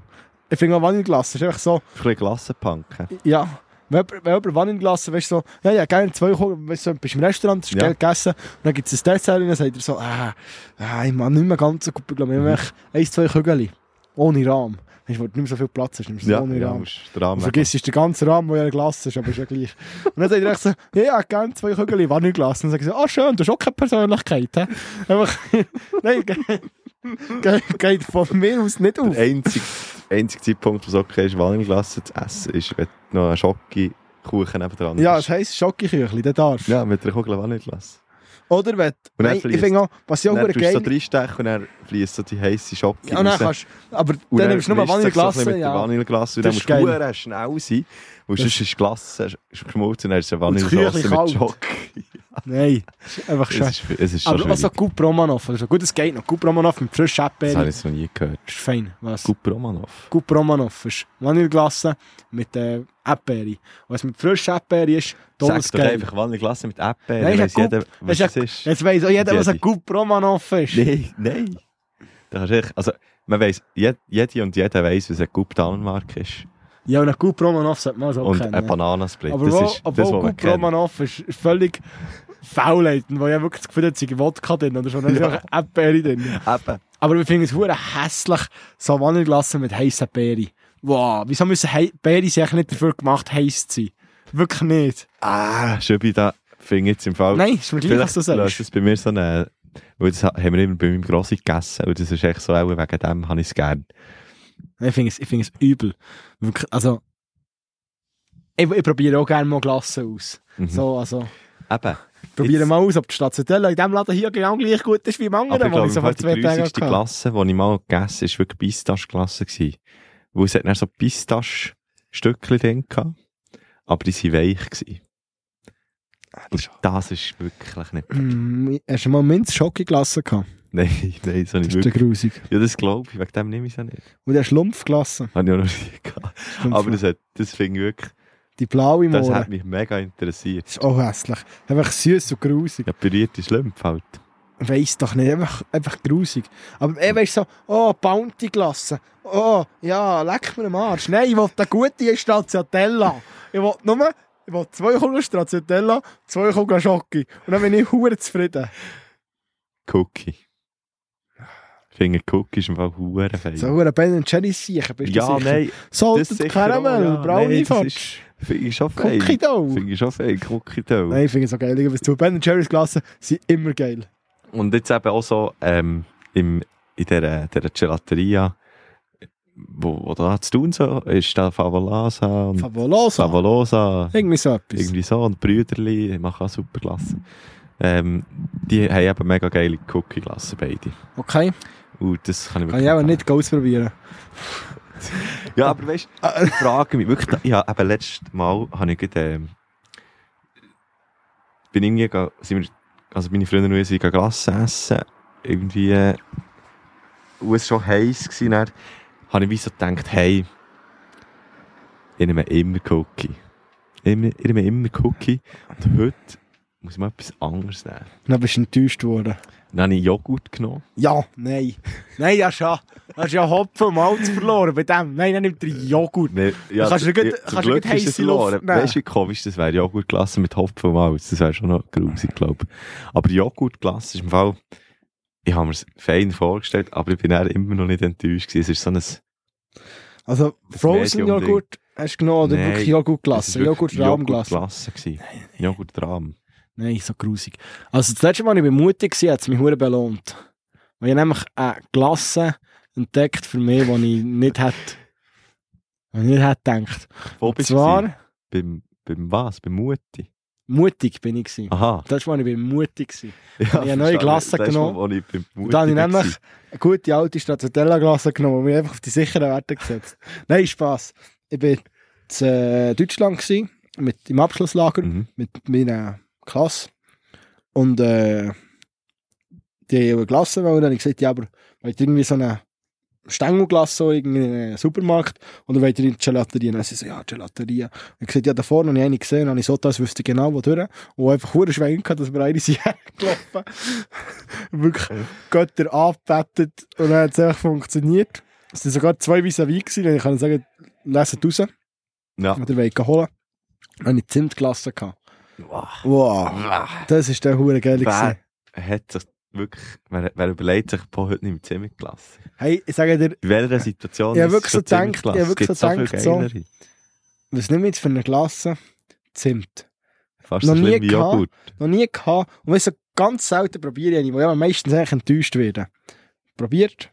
Ich finde auch Vanilleglas, das ist einfach so,
bisschen Glassenpunk.
ja. Wenn jemand- wenn jemand Vanilleglas, weißt du so, ja, ja, gerne zwei Kugeln, weißt du, so, bist im Restaurant, hast du
Ja.
Geld gegessen, und dann gibt es ein Dessert und dann sagt er so, ah, ah ich mache nicht mehr ganz so gut, ich glaube, ich mache ein, zwei Kügelchen. Ohne Rahm. Weißt du, wo du nicht mehr so viel Platz hast, nimmst du
Ja,
ohne
ja,
Rahm.
musst dran
Und vergiss, ist der ganze Rahmen, der ja ein Glas ist, aber ist ja gleich. Und dann sagt er echt so, ja, ja, gerne zwei Kügelchen Vanilleglas. Und dann sage ich so, ah, schön, du hast auch keine Persönlichkeit, hä? Einfach, nein, ge- ge- geht von mir aus nicht auf.
Der einzige, der einzige Zeitpunkt, wo es okay ist, Vanilleglas zu essen, ist, wenn du noch einen Schokokuchen nebendran
Ja,
hast.
es heisst Schokoküchli, der darfst
Dus Ja, mit einer Kugel Vanilleglas.
Oder wenn...
dann
Nein, ich
fließt-
finde auch, was ich auch
Dann
gut
tust du so
geil...
reinstechen und dann fließt so die heiße Schocke
Ja, nou, nein, kannst... Aber dann nimmst du nur
mit
Vanilleglasse,
der
ja.
Vanilleglasse und
Das ist
dann musst
geil.
du verdammt schnell sein, weil sonst ist Glasse geschmolzen und dann ist eine
Und das
Vanilleglasse
Küchli
mit
kalt.
Schock.
Nein, es ist einfach
Es
schön.
ist, es ist schon
Aber auch so
schwierig.
gut Romanov. Also gut, es geht noch. Gut Romanov mit frischem
Das habe ich
Erdbeeren.
jetzt noch nie gehört.
Ist fein, was?
Gut Romanov.
Gut Romanov ist Vanilleglasse mit äh, Erdbeeren. Was mit frischem Erdbeeren ist,
Sag
tolles
doch
Geil.
einfach Vanilleglasse mit Erdbeeren.
Nein,
Dann
ist
weiss
ja
jeder, was
ist
es
ja-
ist.
Jetzt weiss auch jeder, was ein
Jedi.
gut Romanov ist.
Nein, nein. Da kannst du echt, also, man weiss, jed, jede und jeder weiss, was ein Gut Dannenmark ist.
Ja, und ein gut Romanov sollte man so
und
kennen.
ein Bananensplit.
Aber
das
wo,
ist das,
obwohl
was man
gut
kennt.
Romanov ist, ist völlig faulheit, weil ja wirklich das Gefühl hat, es sei Wodka drin oder schon ja. eine Beere drin.
Eben.
Aber wir finden es hure hässlich, so Vanilleglasse mit heißen Beeren. Wow, wieso müssen Hei- Beeren sich eigentlich nicht dafür gemacht, heiß zu sein? Wirklich nicht.
Ah, Schöbi, da finde ich jetzt im Fall...
Nein, ist mir gleich, was
vielleicht
du
löst
sagst.
es bei mir so eine... Weil das haben wir immer bei meinem Grossi gegessen. Und das ist echt so, auch wegen dem habe ich es gern.
Ich finde es, ich finde es übel. Wirklich, also, ich, ich probiere auch gerne mal Glasse aus.
Mhm.
So, also,
Eben.
probiere
Jetzt-
mal aus, ob die Stracciatella in diesem Laden hier genau gleich gut ist wie im
Aber
anderen,
ich glaube,
wo ich so vor
im Fall
zwei
die
Tagen
30.
hatte.
Klasse, die ich mal gegessen habe, war wirklich Pistache-Klasse. gewesen. Weil es hat dann so Pistache-Stückchen drin gehabt, aber die waren weich. Gewesen.
Ah,
Und das ist wirklich nicht...
Mm, Hast du mal Minzschocke gelassen? gehabt?
Nein, nein, so
Das ist
nicht
der
wirklich.
grusig.
Ja, das glaube ich, wegen dem nehme ich es auch nicht.
Und der Schlumpf gelassen.
Habe ich auch noch nie gehabt.
Schlumpf.
Aber das, hat, das finde ich wirklich...
die blaue
Das
Mohren.
hat mich mega interessiert.
Das ist auch hässlich. Einfach süß und grusig.
Ja, berührte Schlümpfe halt.
Weiss doch nicht, einfach, einfach grusig. Aber er weißt so, oh, Bounty gelassen. Oh, ja, leck mir am Arsch. Nein, ich will eine gute Stracciatella. Ich will nur, ich will zwei Kugeln Stracciatella, zwei Kugeln Schocke. Und dann bin ich hure zufrieden.
Cookie. Ich finde, Cookie ist im Fall verdammt fein.
So hure Ben Jerry sicher, bist
ja,
du sicher?
nein, das
Salted
sicher auch,
Caramel,
ja.
Brownie
Nein, das ist-
Fudge,
finde ich schon fein.
Cookie Dough.
Finde ich schon fein, Cookie Dough.
Nein, ich finde es auch geil. Irgendwas zu Ben Jerry's Glassen sind immer geil.
Und jetzt eben auch so ähm, im, in dieser, dieser Gelateria, wo, wo da zu tun so, ist da Favolasa und
Favolosa.
Favolosa,
Irgendwie so etwas.
irgendwie so, und Brüderli, machen auch super Klasse. Ähm, die haben eben mega geile Cookie-Klasse, beide.
Okay.
Und das kann ich
Kann
wirklich
ich auch
empfehlen.
nicht ausprobieren.
Ja, aber weißt du, ich frage mich wirklich, ich habe eben letztes Mal, habe ich gerade, ähm, bin irgendwie, ge- sind wir, also meine Freunde und ich sind Glas essen, irgendwie, äh, und es war schon heiß gewesen, dann habe ich wie so gedacht, hey, ich nehme immer Cookie. Ich nehme, ich nehme immer Cookie und heute muss ich mal etwas anderes nehmen.
Dann bist du enttäuscht worden.
Dann habe ich Joghurt genommen.
Ja, nein. Nein, ja schon. Du hast ja Hopfen und Malz verloren bei dem. Nein, dann nimmt er Joghurt.
Nee, ja,
Kannst du
zum-
gut-
ja,
kannst du gut
ist es
heisse Luft
verloren.
nehmen.
Weißt du, wie komisch das wäre? Joghurt gelassen mit Hopfen und Malz. Das wäre schon noch grusig, glaube ich. Aber Joghurt gelassen ist im Fall, ich habe mir es fein vorgestellt, aber ich bin dann immer noch nicht enttäuscht. Gewesen. Es ist so ein, es
Also Frozen
Medium-Ding.
Joghurt hast du genommen oder
Nein,
wirklich Joghurt
ist
gelassen?
wirklich
Joghurt Rahm gelassen?
Joghurtglasse gewesen. Joghurt Rahm.
Nein, so grusig. Also das letzte Mal, als ich mutig war, hat es mich hure belohnt. Weil ich nämlich eine Glasse entdeckt für mich, die ich nicht hätte, die ich nicht hätte gedacht.
Wo
Und
bist du?
zwar
gewesen? Beim Beim was? Beim Mutti?
Mutig bin ich. gewesen.
Aha.
Das war, ich bin mutig. gewesen.
Ja,
eine neue Glasse genommen.
Wo ich beim Mutti
Da habe ich
war.
nämlich eine gute alte Stracciatella-Glasse genommen und mich einfach auf die sicheren Werte gesetzt. Nein, Spass. Ich war in äh, Deutschland gewesen, mit, im Abschlusslager
Mhm.
mit meiner Klasse. Und äh, die haben eine Glasse wollen. Dann habe ich gesagt, ja, aber wollt ihr irgendwie so eine Stängelglasse so irgendwie in einem Supermarkt oder wollt ihr in die Gelateria? Dann sie so, ja, Gelateria. Und ich gesagt, ja, da vorne habe ich eine gesehen, dann habe ich so, das wüsste ich genau, wo durch. Und einfach hure Schwenk gehabt, dass wir eine sind hergelaufen. Wirklich Götter angebettet und dann hat es einfach funktioniert. Es sind sogar zwei vis-à-vis gewesen, und ich kann sagen, leset raus,
Ja.
wenn ihr wollt holen. Dann habe ich Zimtglasse gehabt.
Wow.
Wow, das ist der hure geil gewesen.
Wer hat sich wirklich, wer, wer überlegt sich, boah, heute nicht mehr Zimmerklasse?
Hey, ich sage dir,
In welcher Situation
Ich hab
ist
wirklich
schon
so gedacht,
Zimmerklasse?
ich hab wirklich
Es gibt
so
viel
gedacht, so.
geilere.
was nehmen wir jetzt für eine Klasse? Zimt.
Fast
Noch
so
nie
schlimm wie
gehabt.
Joghurt.
Noch nie gehabt. Und weißt du, ganz selten probiere ich eine, wo ja meistens eigentlich enttäuscht werde. Probiert.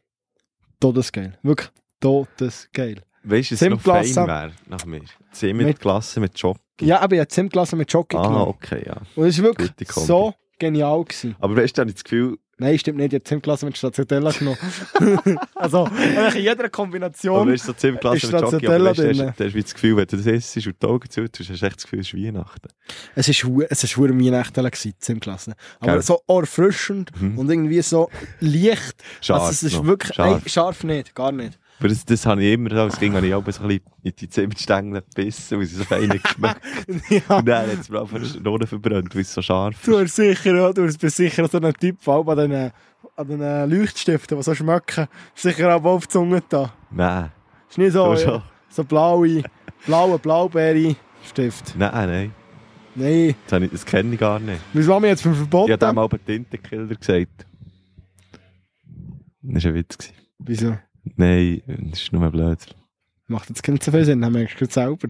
Todesgeil. Wirklich todesgeil.
Weißt du, es noch fein
Zimtglasse.
wäre nach mir? Zimmerklasse mit Job.
Ja, aber ich habe Zimtglasse mit Jockey
Ah,
genommen.
okay, ja.
Und das ist wirklich
Gute Kombi.
so genial gewesen.
Aber weißt du, habe ich das Gefühl,
Nein, stimmt nicht, ich habe Zimtglasse mit Stracciatella genommen. also, eigentlich in jeder Kombination.
aber weißt du, so Zimmerklasse
Ist
mit Job, aber
Stracciatella
weißt du, hast-
drin?
hast du wie das Gefühl, wenn du das isst und die Augen zu tust, hast du echt das Gefühl, es ist Weihnachten.
Es ist hu- es ist hure Weihnachten gsi im Klassen. Aber
Gell?
so erfrischend
Mhm.
und irgendwie so leicht.
Scharf
also es ist
noch.
wirklich
Scharf.
scharf. scharf nicht, gar nicht.
Aber das, das habe ich immer, als Kind habe ich auch so ein bisschen in die Zimtstängel gebissen, weil sie so fein geschmeckt
ja,
Und dann hat es mir einfach die Ohren verbrannt, weil es so scharf
du
ist.
bist sicher, ja, du bist sicher so ein Typ, vor allem an den, an den Leuchtstiften, die so schmecken, sicher aber auf die Zunge da.
Nein,
Ist nicht so,
du schon.
Oh, ja, so blaue, blaue Blaubeere-Stift.
Nein, nein.
Nein,
Das, habe ich, das kenne ich gar nicht.
was haben wir jetzt für
Ich habe
verboten?
dem aber Tintenkiller gesagt. Das war ein Witz. gewesen.
Wieso?
Nein, das ist nur blöd.
Macht jetzt nicht so viel Sinn, dann merkst du es selber.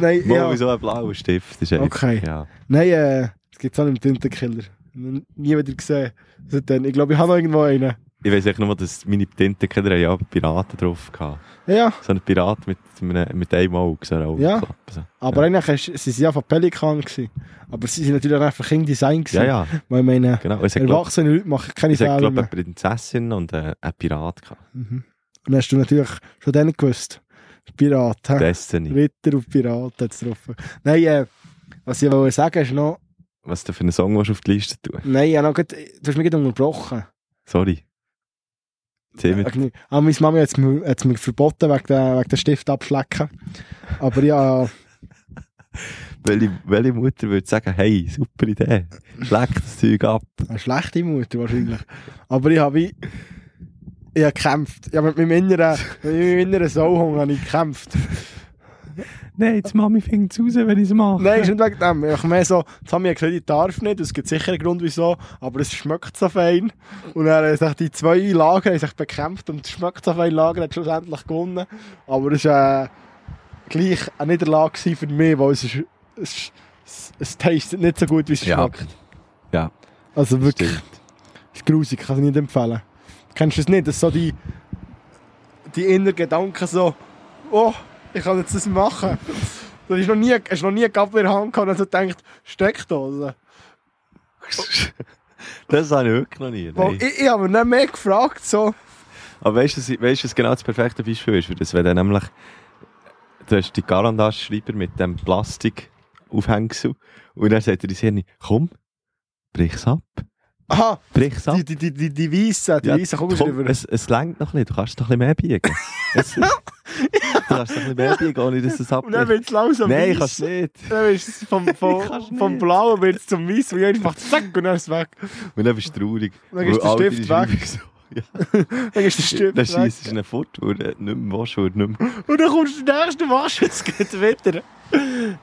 Nein,
Mal
ja.
wie so ein blauer Stift. Das ist einfach-
Okay.
Ja.
Nein, äh, es gibt auch einen Tintenkiller. N- Nie wieder gesehen. Seitdem. Ich glaube, ich habe noch irgendwo einen.
Ich weiß echt nur, dass meine Tintenkiller haben ja auch Piraten drauf hatten.
Ja,
So ein Pirat mit, einem- mit einem Auge. So eine Augenklappe, so.
aber eigentlich ist, sie sind ja von Pelikan. Gewesen. Aber sie sind natürlich auch einfach King Design. Gewesen,
Ja, ja,
Weil ich meine,
genau. Es hat, glaub,
erwachsene Leute machen keine
es hat,
Fehler
glaub, eine
mehr.
Prinzessin und äh, ein Pirat gehabt.
Mhm. Und dann hast du natürlich schon dann gewusst. Pirat, hä?
Destiny.
Ritter und Pirat hat es getroffen. Nein, äh, was ich wollte sagen ist noch,
Was du für einen Song willst du auf die Liste tun?
nein, ich habe noch grad, du hast mich gerade unterbrochen.
Sorry. Ziemlich.
Äh, Aber meine Mama hat es mir, hat's mir verboten wegen der, wegen der Stift abschlecken. Aber ja,
Welche, welche Mutter würde sagen, hey, super Idee, schlägt das Zeug ab.
Eine schlechte Mutter wahrscheinlich. Aber ich habe ich, ich habe gekämpft. Ja, mit meinem inneren, mit meinem inneren Sauhung habe ich gekämpft.
Nein, jetzt Mami fängt es raus, wenn ich es mache.
Nein, ist nicht wegen dem. Ich mehr so, jetzt haben wir gesagt, ich darf nicht. Es gibt sicher einen Grund, wieso. Aber es schmeckt so fein. Und dann haben sich die zwei Lager haben sich bekämpft und das schmeckt so fein Lager hat schlussendlich gewonnen. Aber es war äh, gleich eine Niederlage gewesen für mich, weil es ist, es, ist- es, es tastet nicht so gut, wie es
Ja.
schmeckt.
Ja.
Also wirklich.
Stimmt.
ist grusig, kann ich nicht empfehlen. Kennst du es nicht? Das so die, die inneren Gedanken so, oh, ich kann jetzt das machen. Du hast noch nie, hast noch nie einen Gabel in der Hand gehabt und so denkt, Steckdose.
Das habe ich wirklich noch nie.
Weil
Nein.
ich, ich habe mich nicht mehr gefragt, so.
Aber weißt du, was- weißt du, was genau das perfekte Beispiel ist für das? Wenn du nämlich, du hast die Garandaschreiber mit dem Plastikaufhängsel und dann sagt er ins Hirn, komm, brich's ab,
Aha,
brich's ab.
die, die, die, die, die Weissen, die
Ja,
Weissen, komm,
komm, es, es längt noch nicht, du kannst noch ein bisschen mehr biegen. es, du kannst noch ein bisschen mehr biegen, ohne dass es
Und dann
abbricht.
wird es langsam
Nein,
weiss.
kannst du nicht.
Dann ist es vom, vom,
Kannst
vom
nicht.
Blauen wird es zum Weiss und ich einfach zack und dann ist es weg.
Und dann bist du traurig.
Dann ist der
weil all
Stift
deine
weg.
Schreiber so-
Dann ist der Stift weg.
Dann schießt du ihn fort, weil du nicht mehr willst, weil du nicht mehr...
Und dann kommst du der nächste Wasche, es geht wieder.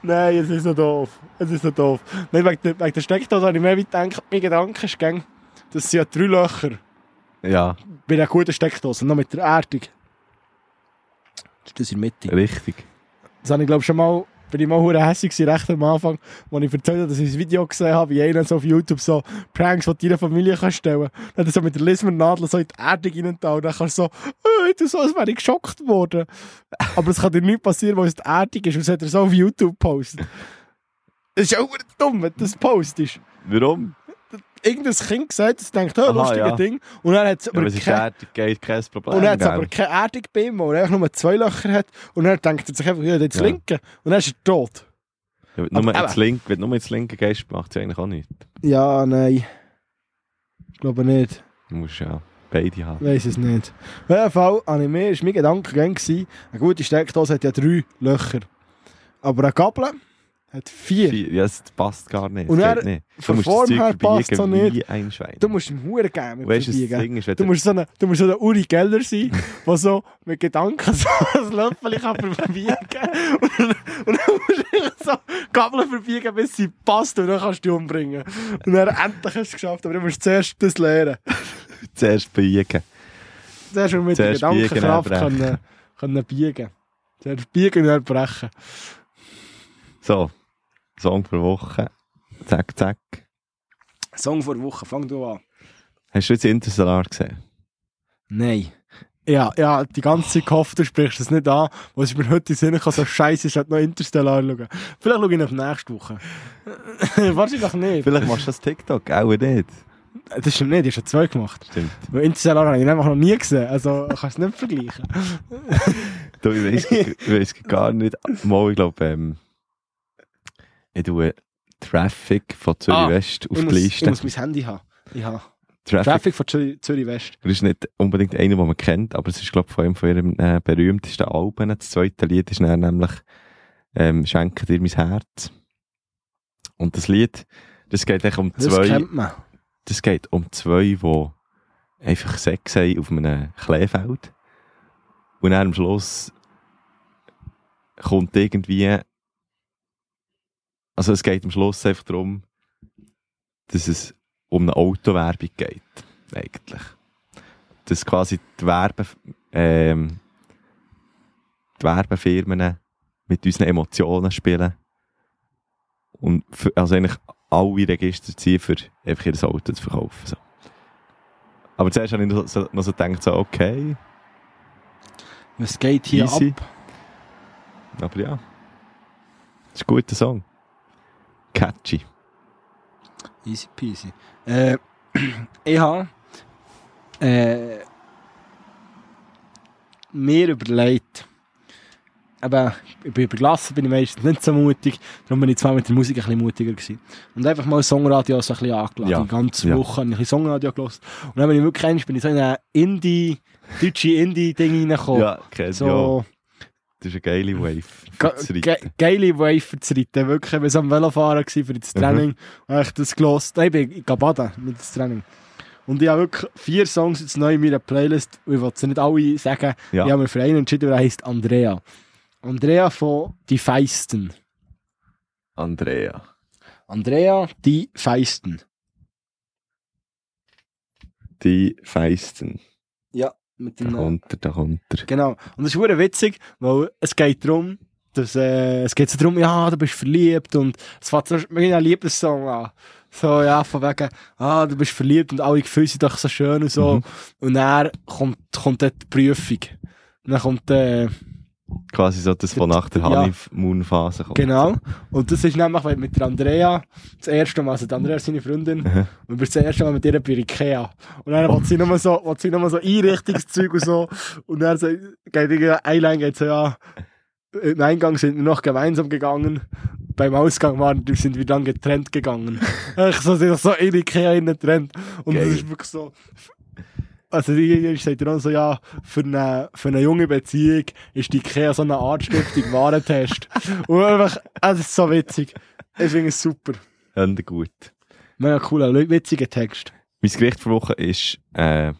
Nein, es ist noch doof. Es ist noch doof. Nein, wegen der, wegen der Steckdose habe ich mehr gedacht, mein Gedanke ist, gegangen, das sind ja drei Löcher
Ja,
bei einer guten Steckdose, noch mit der Erdung. Das ist das in der Mitte.
richtig.
Das habe ich, glaube ich, schon mal bin ich mal hure hässig gewesen, recht am Anfang, als ich erzählt habe, dass ich ein Video gesehen habe, wie einer so auf YouTube so Pranks, die du deiner Familie kannst stellen kannst. Dann hat er so mit der Lismernadel so in die Erde reingetan und dann kannst du so, äh, du so, als wäre ich geschockt worden. Aber es kann dir nicht passieren, weil es die Erde ist und es hat er so auf YouTube gepostet. Das ist auch hure dumm, wenn du das postest.
Warum?
Irgendein Kind gesagt, das denkt, oh,
Aha,
lustiger
ja.
Ding. Und dann hat es
Ja, aber
aber
es ist
keine-
fertig, geht kein Problem.
und er hat
gell?
aber keine Erdung bei ihm, weil er einfach nur zwei Löcher hat. Und er denkt er sich einfach, ja, jetzt
Ja.
linke. Und dann ist er tot.
Ja, wenn du nur
aber-
ins Link, wenn du nur ins Linke gehst, macht es eigentlich auch nichts.
Ja, nein. Ich glaube nicht.
Du musst ja beide haben.
Weiß es nicht. Auf jeden Fall habe ich mir, ist mein Gedanke gegangen, gewesen, eine gute Steckdose hat ja drei Löcher. Aber eine Gabel hat vier.
Vier- Ja, es passt gar nicht.
Und
es
er-
geht nicht.
von Form her passt's auch
wie
nicht.
ein Schwein.
Du musst ihm Huren geben. mit
weißt du, das
verbiegen.
Ding ist, wenn
Du musst so ein du musst so ein Uri Geller sein, der so mit Gedanken so ein Löffel kann verbiegen kann. Und, dann- und dann musst du so Gabeln verbiegen, bis sie passt und dann kannst du dich umbringen. Und dann endlich hast du es geschafft, aber du musst zuerst das lernen.
zuerst biegen.
Zuerst mal mit der
Zuerst biegen,
Gedankenkraft
dann brechen.
können, können biegen. Zuerst biegen und dann brechen.
So, Song pro Woche. Zack, zack.
Song vor Woche, fang du an.
Hast du jetzt Interstellar gesehen?
Nein. Ja, ja, die ganze Zeit gehofft, du sprichst es nicht an, was ich mir heute in den Sinn kann, so scheiße ist, halt noch Interstellar schauen. Vielleicht schaue ich ihn auf nächste Woche. Wahrscheinlich nicht.
Vielleicht machst du das TikTok, auch nicht.
Das stimmt nicht, ich habe zwei gemacht.
Stimmt.
Weil Interstellar habe ich einfach noch nie gesehen, also kannst du es nicht vergleichen.
Du, ich weiß gar nicht. Mal, ich glaube, ähm, ich tue Traffic von Zürich
Ah,
West auf
ich,
die
muss, ich
Liste.
muss mein Handy haben. Ich habe
Traffic,
Traffic von Zürich, Zürich West.
das ist nicht unbedingt einer, den man kennt, aber es ist, glaube ich, von einem von ihrem äh, berühmtesten Alben. Das zweite Lied ist dann nämlich ähm, Schenke dir mein Herz. Und das Lied, das geht eigentlich um
Das
zwei.
kennt man.
Das geht um zwei, die einfach Sex haben auf einem Kleefeld. Und dann am Schluss kommt irgendwie. Also, es geht am Schluss einfach darum, dass es um eine Autowerbung geht. Eigentlich. Dass quasi die, Werbe, ähm, die Werbefirmen mit unseren Emotionen spielen. Und für, also eigentlich alle Register ziehen, für einfach ihr Auto zu verkaufen. So. Aber zuerst habe ich noch so, noch so gedacht, so, okay,
Es geht hier
Easy.
ab.
aber ja. Das ist ein guter Song. Catchy.
Easy peasy. Äh, ich habe äh, mir überlegt, aber ich bin übergelassen, bin ich meistens nicht so mutig, darum bin ich zwar mit der Musik ein bisschen mutiger gewesen. Und einfach mal Songradio so ein bisschen angeladen.
Ja.
Die ganze
Ja.
Woche habe ich ein bisschen Songradio gehört. Und dann bin ich wirklich eins, bin ich so in ein Indie, deutsche Indie-Ding reingekommen.
Ja, kennt ja.
So
Das ist eine geile Wave.
ge
Zu reiten.
ge geile Wafer zu reiten. Wirklich, wir waren am Velofahren gewesen für das Training. Und ich das gelost. Nein, ich bin ich gehe baden mit das Training. Und ich habe wirklich vier Songs jetzt neu in meiner Playlist. Ich will sie nicht alle sagen.
Ja.
Ich habe mir für einen entschieden, der heisst Andrea. Andrea von Die Feisten.
Andrea.
Andrea, Die Feisten.
Die Feisten.
Mit
Da
dem, äh,
kommt er, da kommt er.
Genau. Und es ist hure witzig, weil es geht darum, dass, äh, es geht so darum, ja, du bist verliebt und es fängt so mit einem Lieblingssong an. So, ja, von wegen, ah, du bist verliebt und alle Gefühle sind doch so schön und so.
Mhm.
Und dann kommt, kommt dann die Prüfung. Und dann kommt, äh,
Quasi so das, von nach der
Ja.
Honeymoon-Phase kommt.
genau. Und das ist nämlich weil mit der Andrea, das erste Mal, also die Andrea ist seine Freundin,
Mhm.
und wir das erste Mal mit ihr bei Ikea. Und dann will sie nochmal so, will sie nochmal so Einrichtungszeug und so. Und dann so, geht irgendwie ein Lang geht so, ja, im Eingang sind wir noch gemeinsam gegangen. Beim Ausgang waren, sind wir dann getrennt gegangen. Ich so, sind so in Ikea innen getrennt. Und
Geil.
das ist wirklich so, also die sagt dann so, ja, für eine, für eine junge Beziehung ist die Ikea so eine Art Stiftung Warentest. Und einfach, es ist so witzig. Ich finde es super.
Und gut.
Mega cooler, witziger Text.
Mein Gericht für Woche ist, äh,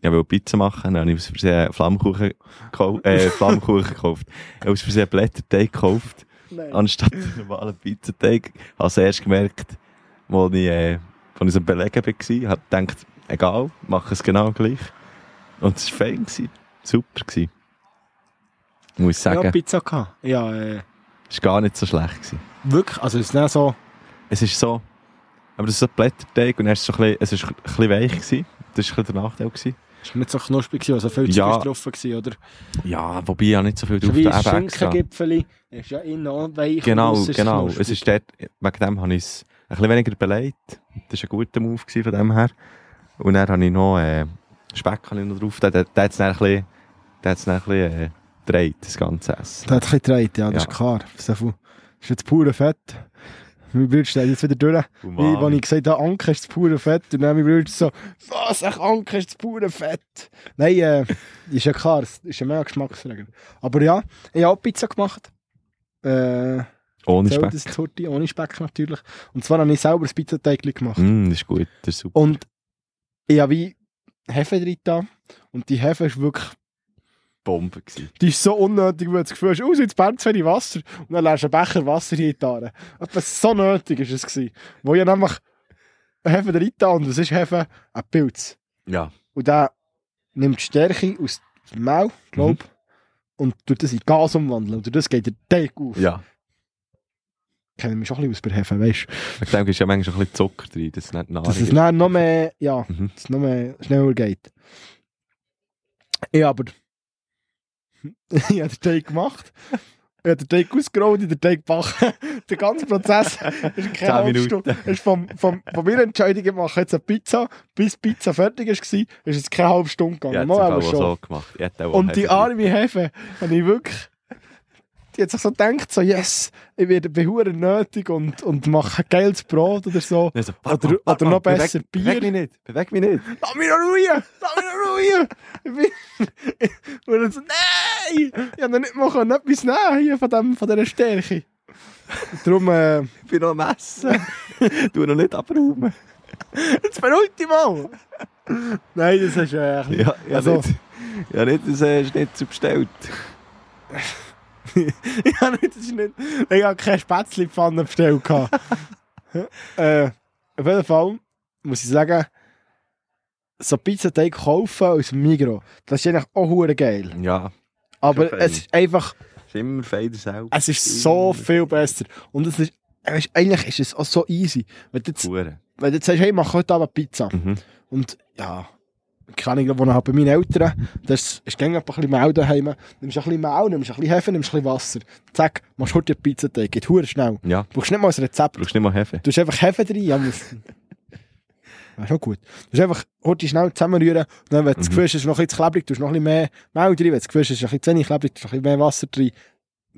ich will Pizza machen, dann habe ich aus Versehen Flammkuchen, gekau- äh, Flammkuchen gekauft. Ich habe aus Versehen Blätterteig gekauft,
Nein.
anstatt den normalen Pizzateig. Ich habe es erst gemerkt, als ich, äh, als ich so am Belegen war. Ich habe gedacht, egal, mache es genau gleich. Und es war fein, gewesen, super. Gewesen. Muss ich
Ja,
sagen,
Pizza gehabt. Ja, äh,
Ist gar nicht so schlecht gewesen.
Wirklich, also ist es nicht so,
Es ist so, aber das ist so ein Blätterteig und dann ist es so ein bisschen, es ist ein bisschen weich gewesen. Das war ein bisschen der Nachteil. Gewesen.
ist nicht so knusprig gewesen, also viel
Ja.
Zucker ist drauf gewesen, oder?
Ja, wobei ja nicht so viel
So
drauf
wie
da
ein
eben extra.
Schinkengipfeli, ist ja innen auch weich.
Genau,
aussen
genau.
knusprig.
Es ist dort, wegen dem habe ich es ein bisschen weniger beleidigt. Das war ein guter Move gewesen von dem her. Und dann habe ich noch äh, Speck habe ich noch drauf. Der, der, der hat es dann ein bisschen, der hat's dann ein bisschen äh, gedreht, das ganze Essen.
Der hat ein bisschen gedreht, ja, das
Ja.
ist klar. So viel. Das ist jetzt pure Fett. Mein Bruder steht jetzt wieder durch. Wie, als ich gesagt habe, Anker ist das pure Fett. Und dann mein Bruder so, was, echt Anker ist das pure Fett? Nein, äh, ist ja klar, es ist ja mehr Geschmacksregel. Aber ja, ich habe auch Pizza gemacht. Äh,
Ohne
zählt
Speck.
das Torti, ohne Speck natürlich. Und zwar habe ich selber ein Pizzateig gemacht.
Mm, das ist gut, das ist super.
Und ich habe wie Hefe drin da. Und die Hefe ist wirklich
Bombe gewesen.
Die ist so unnötig, weil du das Gefühl hast, aus jetzt brennt zu wenig Wasser und dann lässt du einen Becher Wasser hinterher. Etwas so nötig war es. Gewesen. Wo ja nämlich Hefe der Rita und was ist Hefe? Ein Pilz.
Ja.
Und der nimmt die Stärke aus dem Mehl, glaube und tut das in Gas umwandeln. Und durch das geht der Teig auf.
Ja.
Ich kenne mich schon ein bisschen aus bei Hefe, weißt du.
Wegen dem ist ja manchmal ein bisschen Zucker drin, dass es nicht nahe
Dass es dann noch mehr, ja,
Mhm.
dass es noch mehr schneller geht. Ja, aber ich habe den Teig gemacht. Ich habe den Teig ausgerollt und den Teig gebacken. Der ganze Prozess ist keine halbe
Minuten.
Stunde. Ist vom, vom, von meiner Entscheidung, ich mache jetzt eine Pizza, bis die Pizza fertig war, ist es keine halbe Stunde
Ich
gegangen.
hätte
Mal
es im Fall
aber
auch
schon.
so gemacht. Ich hätte auch
Und die
Hefe-
arme Hefe, habe ich wirklich. Die hat sich so gedacht, so, yes, ich werde behuren nötig und, und mache geiles Brot oder so.
Dann so, warte,
Oder,
warte,
oder noch
warte,
besser
beweg, Beweg
Bier.
mich nicht, beweg mich nicht.
Lass mich noch ruhen! Lass mich noch ruhen! Ich bin- Und dann so, nein! Ich konnte nicht mal können, etwas nehmen hier von, dem, von dieser Stärke. Und darum, äh,
Ich bin noch am Essen. du noch nicht abräumen.
jetzt beruhig dich mal! Nein, das ist äh, ein
Ja, ja,
Also-
nicht. Ja, nicht, das äh, ist nicht so bestellt.
bisschen- Ich habe nicht, das ist nicht... Ich habe keine Spätzlepfanne bestellt. gehabt. äh, auf jeden Fall muss ich sagen, so Pizzateig kaufen aus dem Migros, das ist eigentlich auch hure geil.
Ja,
Aber
fein.
es ist einfach...
ist immer feiner Sau.
Es ist so viel besser. Und es ist, weisst, eigentlich ist es auch so easy. Wenn du jetzt,
Hure.
wenn du jetzt sagst, hey, mach heute Abend Pizza.
Mhm.
Und ja, keine Ahnung, wo ich halt bei meinen Eltern, das ist gängig ein bisschen Mehl daheim. Nimmst ein bisschen Mehl, nimmst ein bisschen Hefe, nimmst ein bisschen Wasser. Zack, machst heute einen Pizzateig. Geht hure schnell.
Ja,
Du brauchst nicht mal ein Rezept.
brauchst nicht mal Hefe.
Du hast einfach Hefe drin. Ja, muss. Ja, schon gut. Du hast einfach heute schnell zusammenrühren. Und dann, wenn du das
Mhm.
Gefühl hast, es ist noch ein bisschen zu klebrig, tust du noch ein bisschen mehr Mehl drin. Wenn du das Gefühl hast, es ist noch ein bisschen zu wenig klebrig, tust du noch ein bisschen mehr Wasser drin.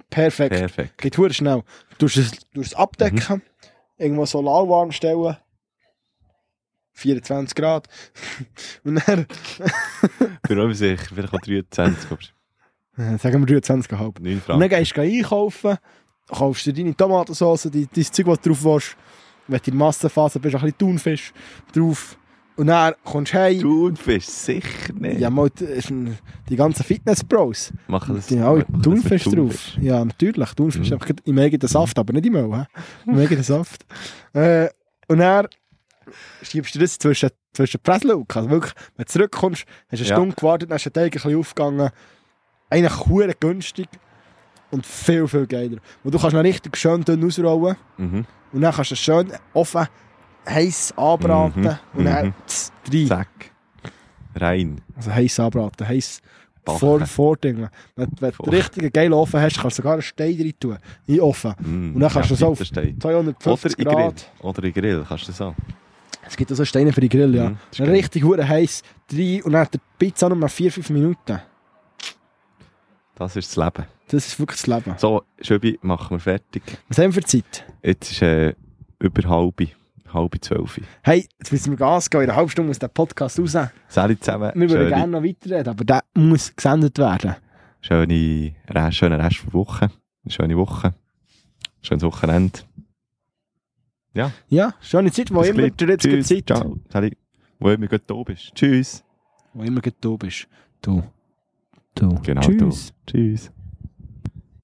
Perfekt.
Perfekt.
Geht hure schnell. Du musst es, du musst es abdecken, irgendwo solarwarm stellen. 24 Grad. Und dann,
Ich bin mir sicher, vielleicht auch 23, aber
äh, sagen wir 23,5.
9
Und dann
Franken.
gehst du einkaufen, kaufst dir deine Tomatensauce, dein, dein Zeug, was du drauf willst. Wenn du in der Massenphase bist, ein bisschen Thunfisch drauf. Und dann kommst du heim.
Thunfisch, sicher nicht.
Ja, mal, die- ist ein- die ganzen Fitness-Bros.
Mach das.
Die haben alle
mach das mit
Thunfisch drauf.
Thunfisch.
Ja, natürlich. Thunfisch ist
Mhm.
einfach im eigenen Saft, aber nicht im Öl. hä? Im eigenen Saft. Äh, und dann schiebst du das zwischen, zwischen die Pressluke. Also wirklich, wenn du zurückkommst, hast du eine
Ja.
Stunde gewartet, dann ist der Teig ein bisschen aufgegangen. Eigentlich hure günstig und viel, viel geiler. Und du kannst noch richtig schön dünn ausrollen
Mhm.
und dann kannst du es schön offen, heiß anbraten
Mhm.
und dann
Mhm.
tss, rein.
Zack. Rein.
Also heiß anbraten, heiß
Backen.
vor, vordingen. Wenn, wenn du
Vor-
den richtigen geilen Ofen hast, kannst du sogar einen Stein rein tun. In den Ofen.
Mm.
Und dann kannst du es auf-
Pizzastein. Oder
250
in Grill.
Grad.
Oder in Grill, kannst du das auch.
Es gibt auch so Steine für die Grill, ja.
Mhm, das ist
Dann
geil.
richtig hure heiß rein und dann hat die Pizza nur mal 4-5 Minuten.
Das ist das Leben.
Das ist wirklich das Leben.
So, Schöbi, machen wir fertig.
Was haben wir für Zeit?
Jetzt ist äh, über halbe, halbe zwölf.
Hey, jetzt müssen wir Gas geben. In einer halben Stunde muss der Podcast raus. Wir
Sali zusammen,
würden gerne
schöne,
noch weiterreden, aber der muss gesendet werden.
schöne, Rest, schönen Rest der Woche, eine schöne Woche, schönes Wochenende.
Ja, schöne Zeit, wo
Bis
immer
gleich.
du jetzt gerade
Tschüss,
Zeit
ciao, Sali, wo immer gut da bist. Tschüss.
Wo immer gerade du bist. Du. Du.
Genau, du.
Tschüss.
Tschüss.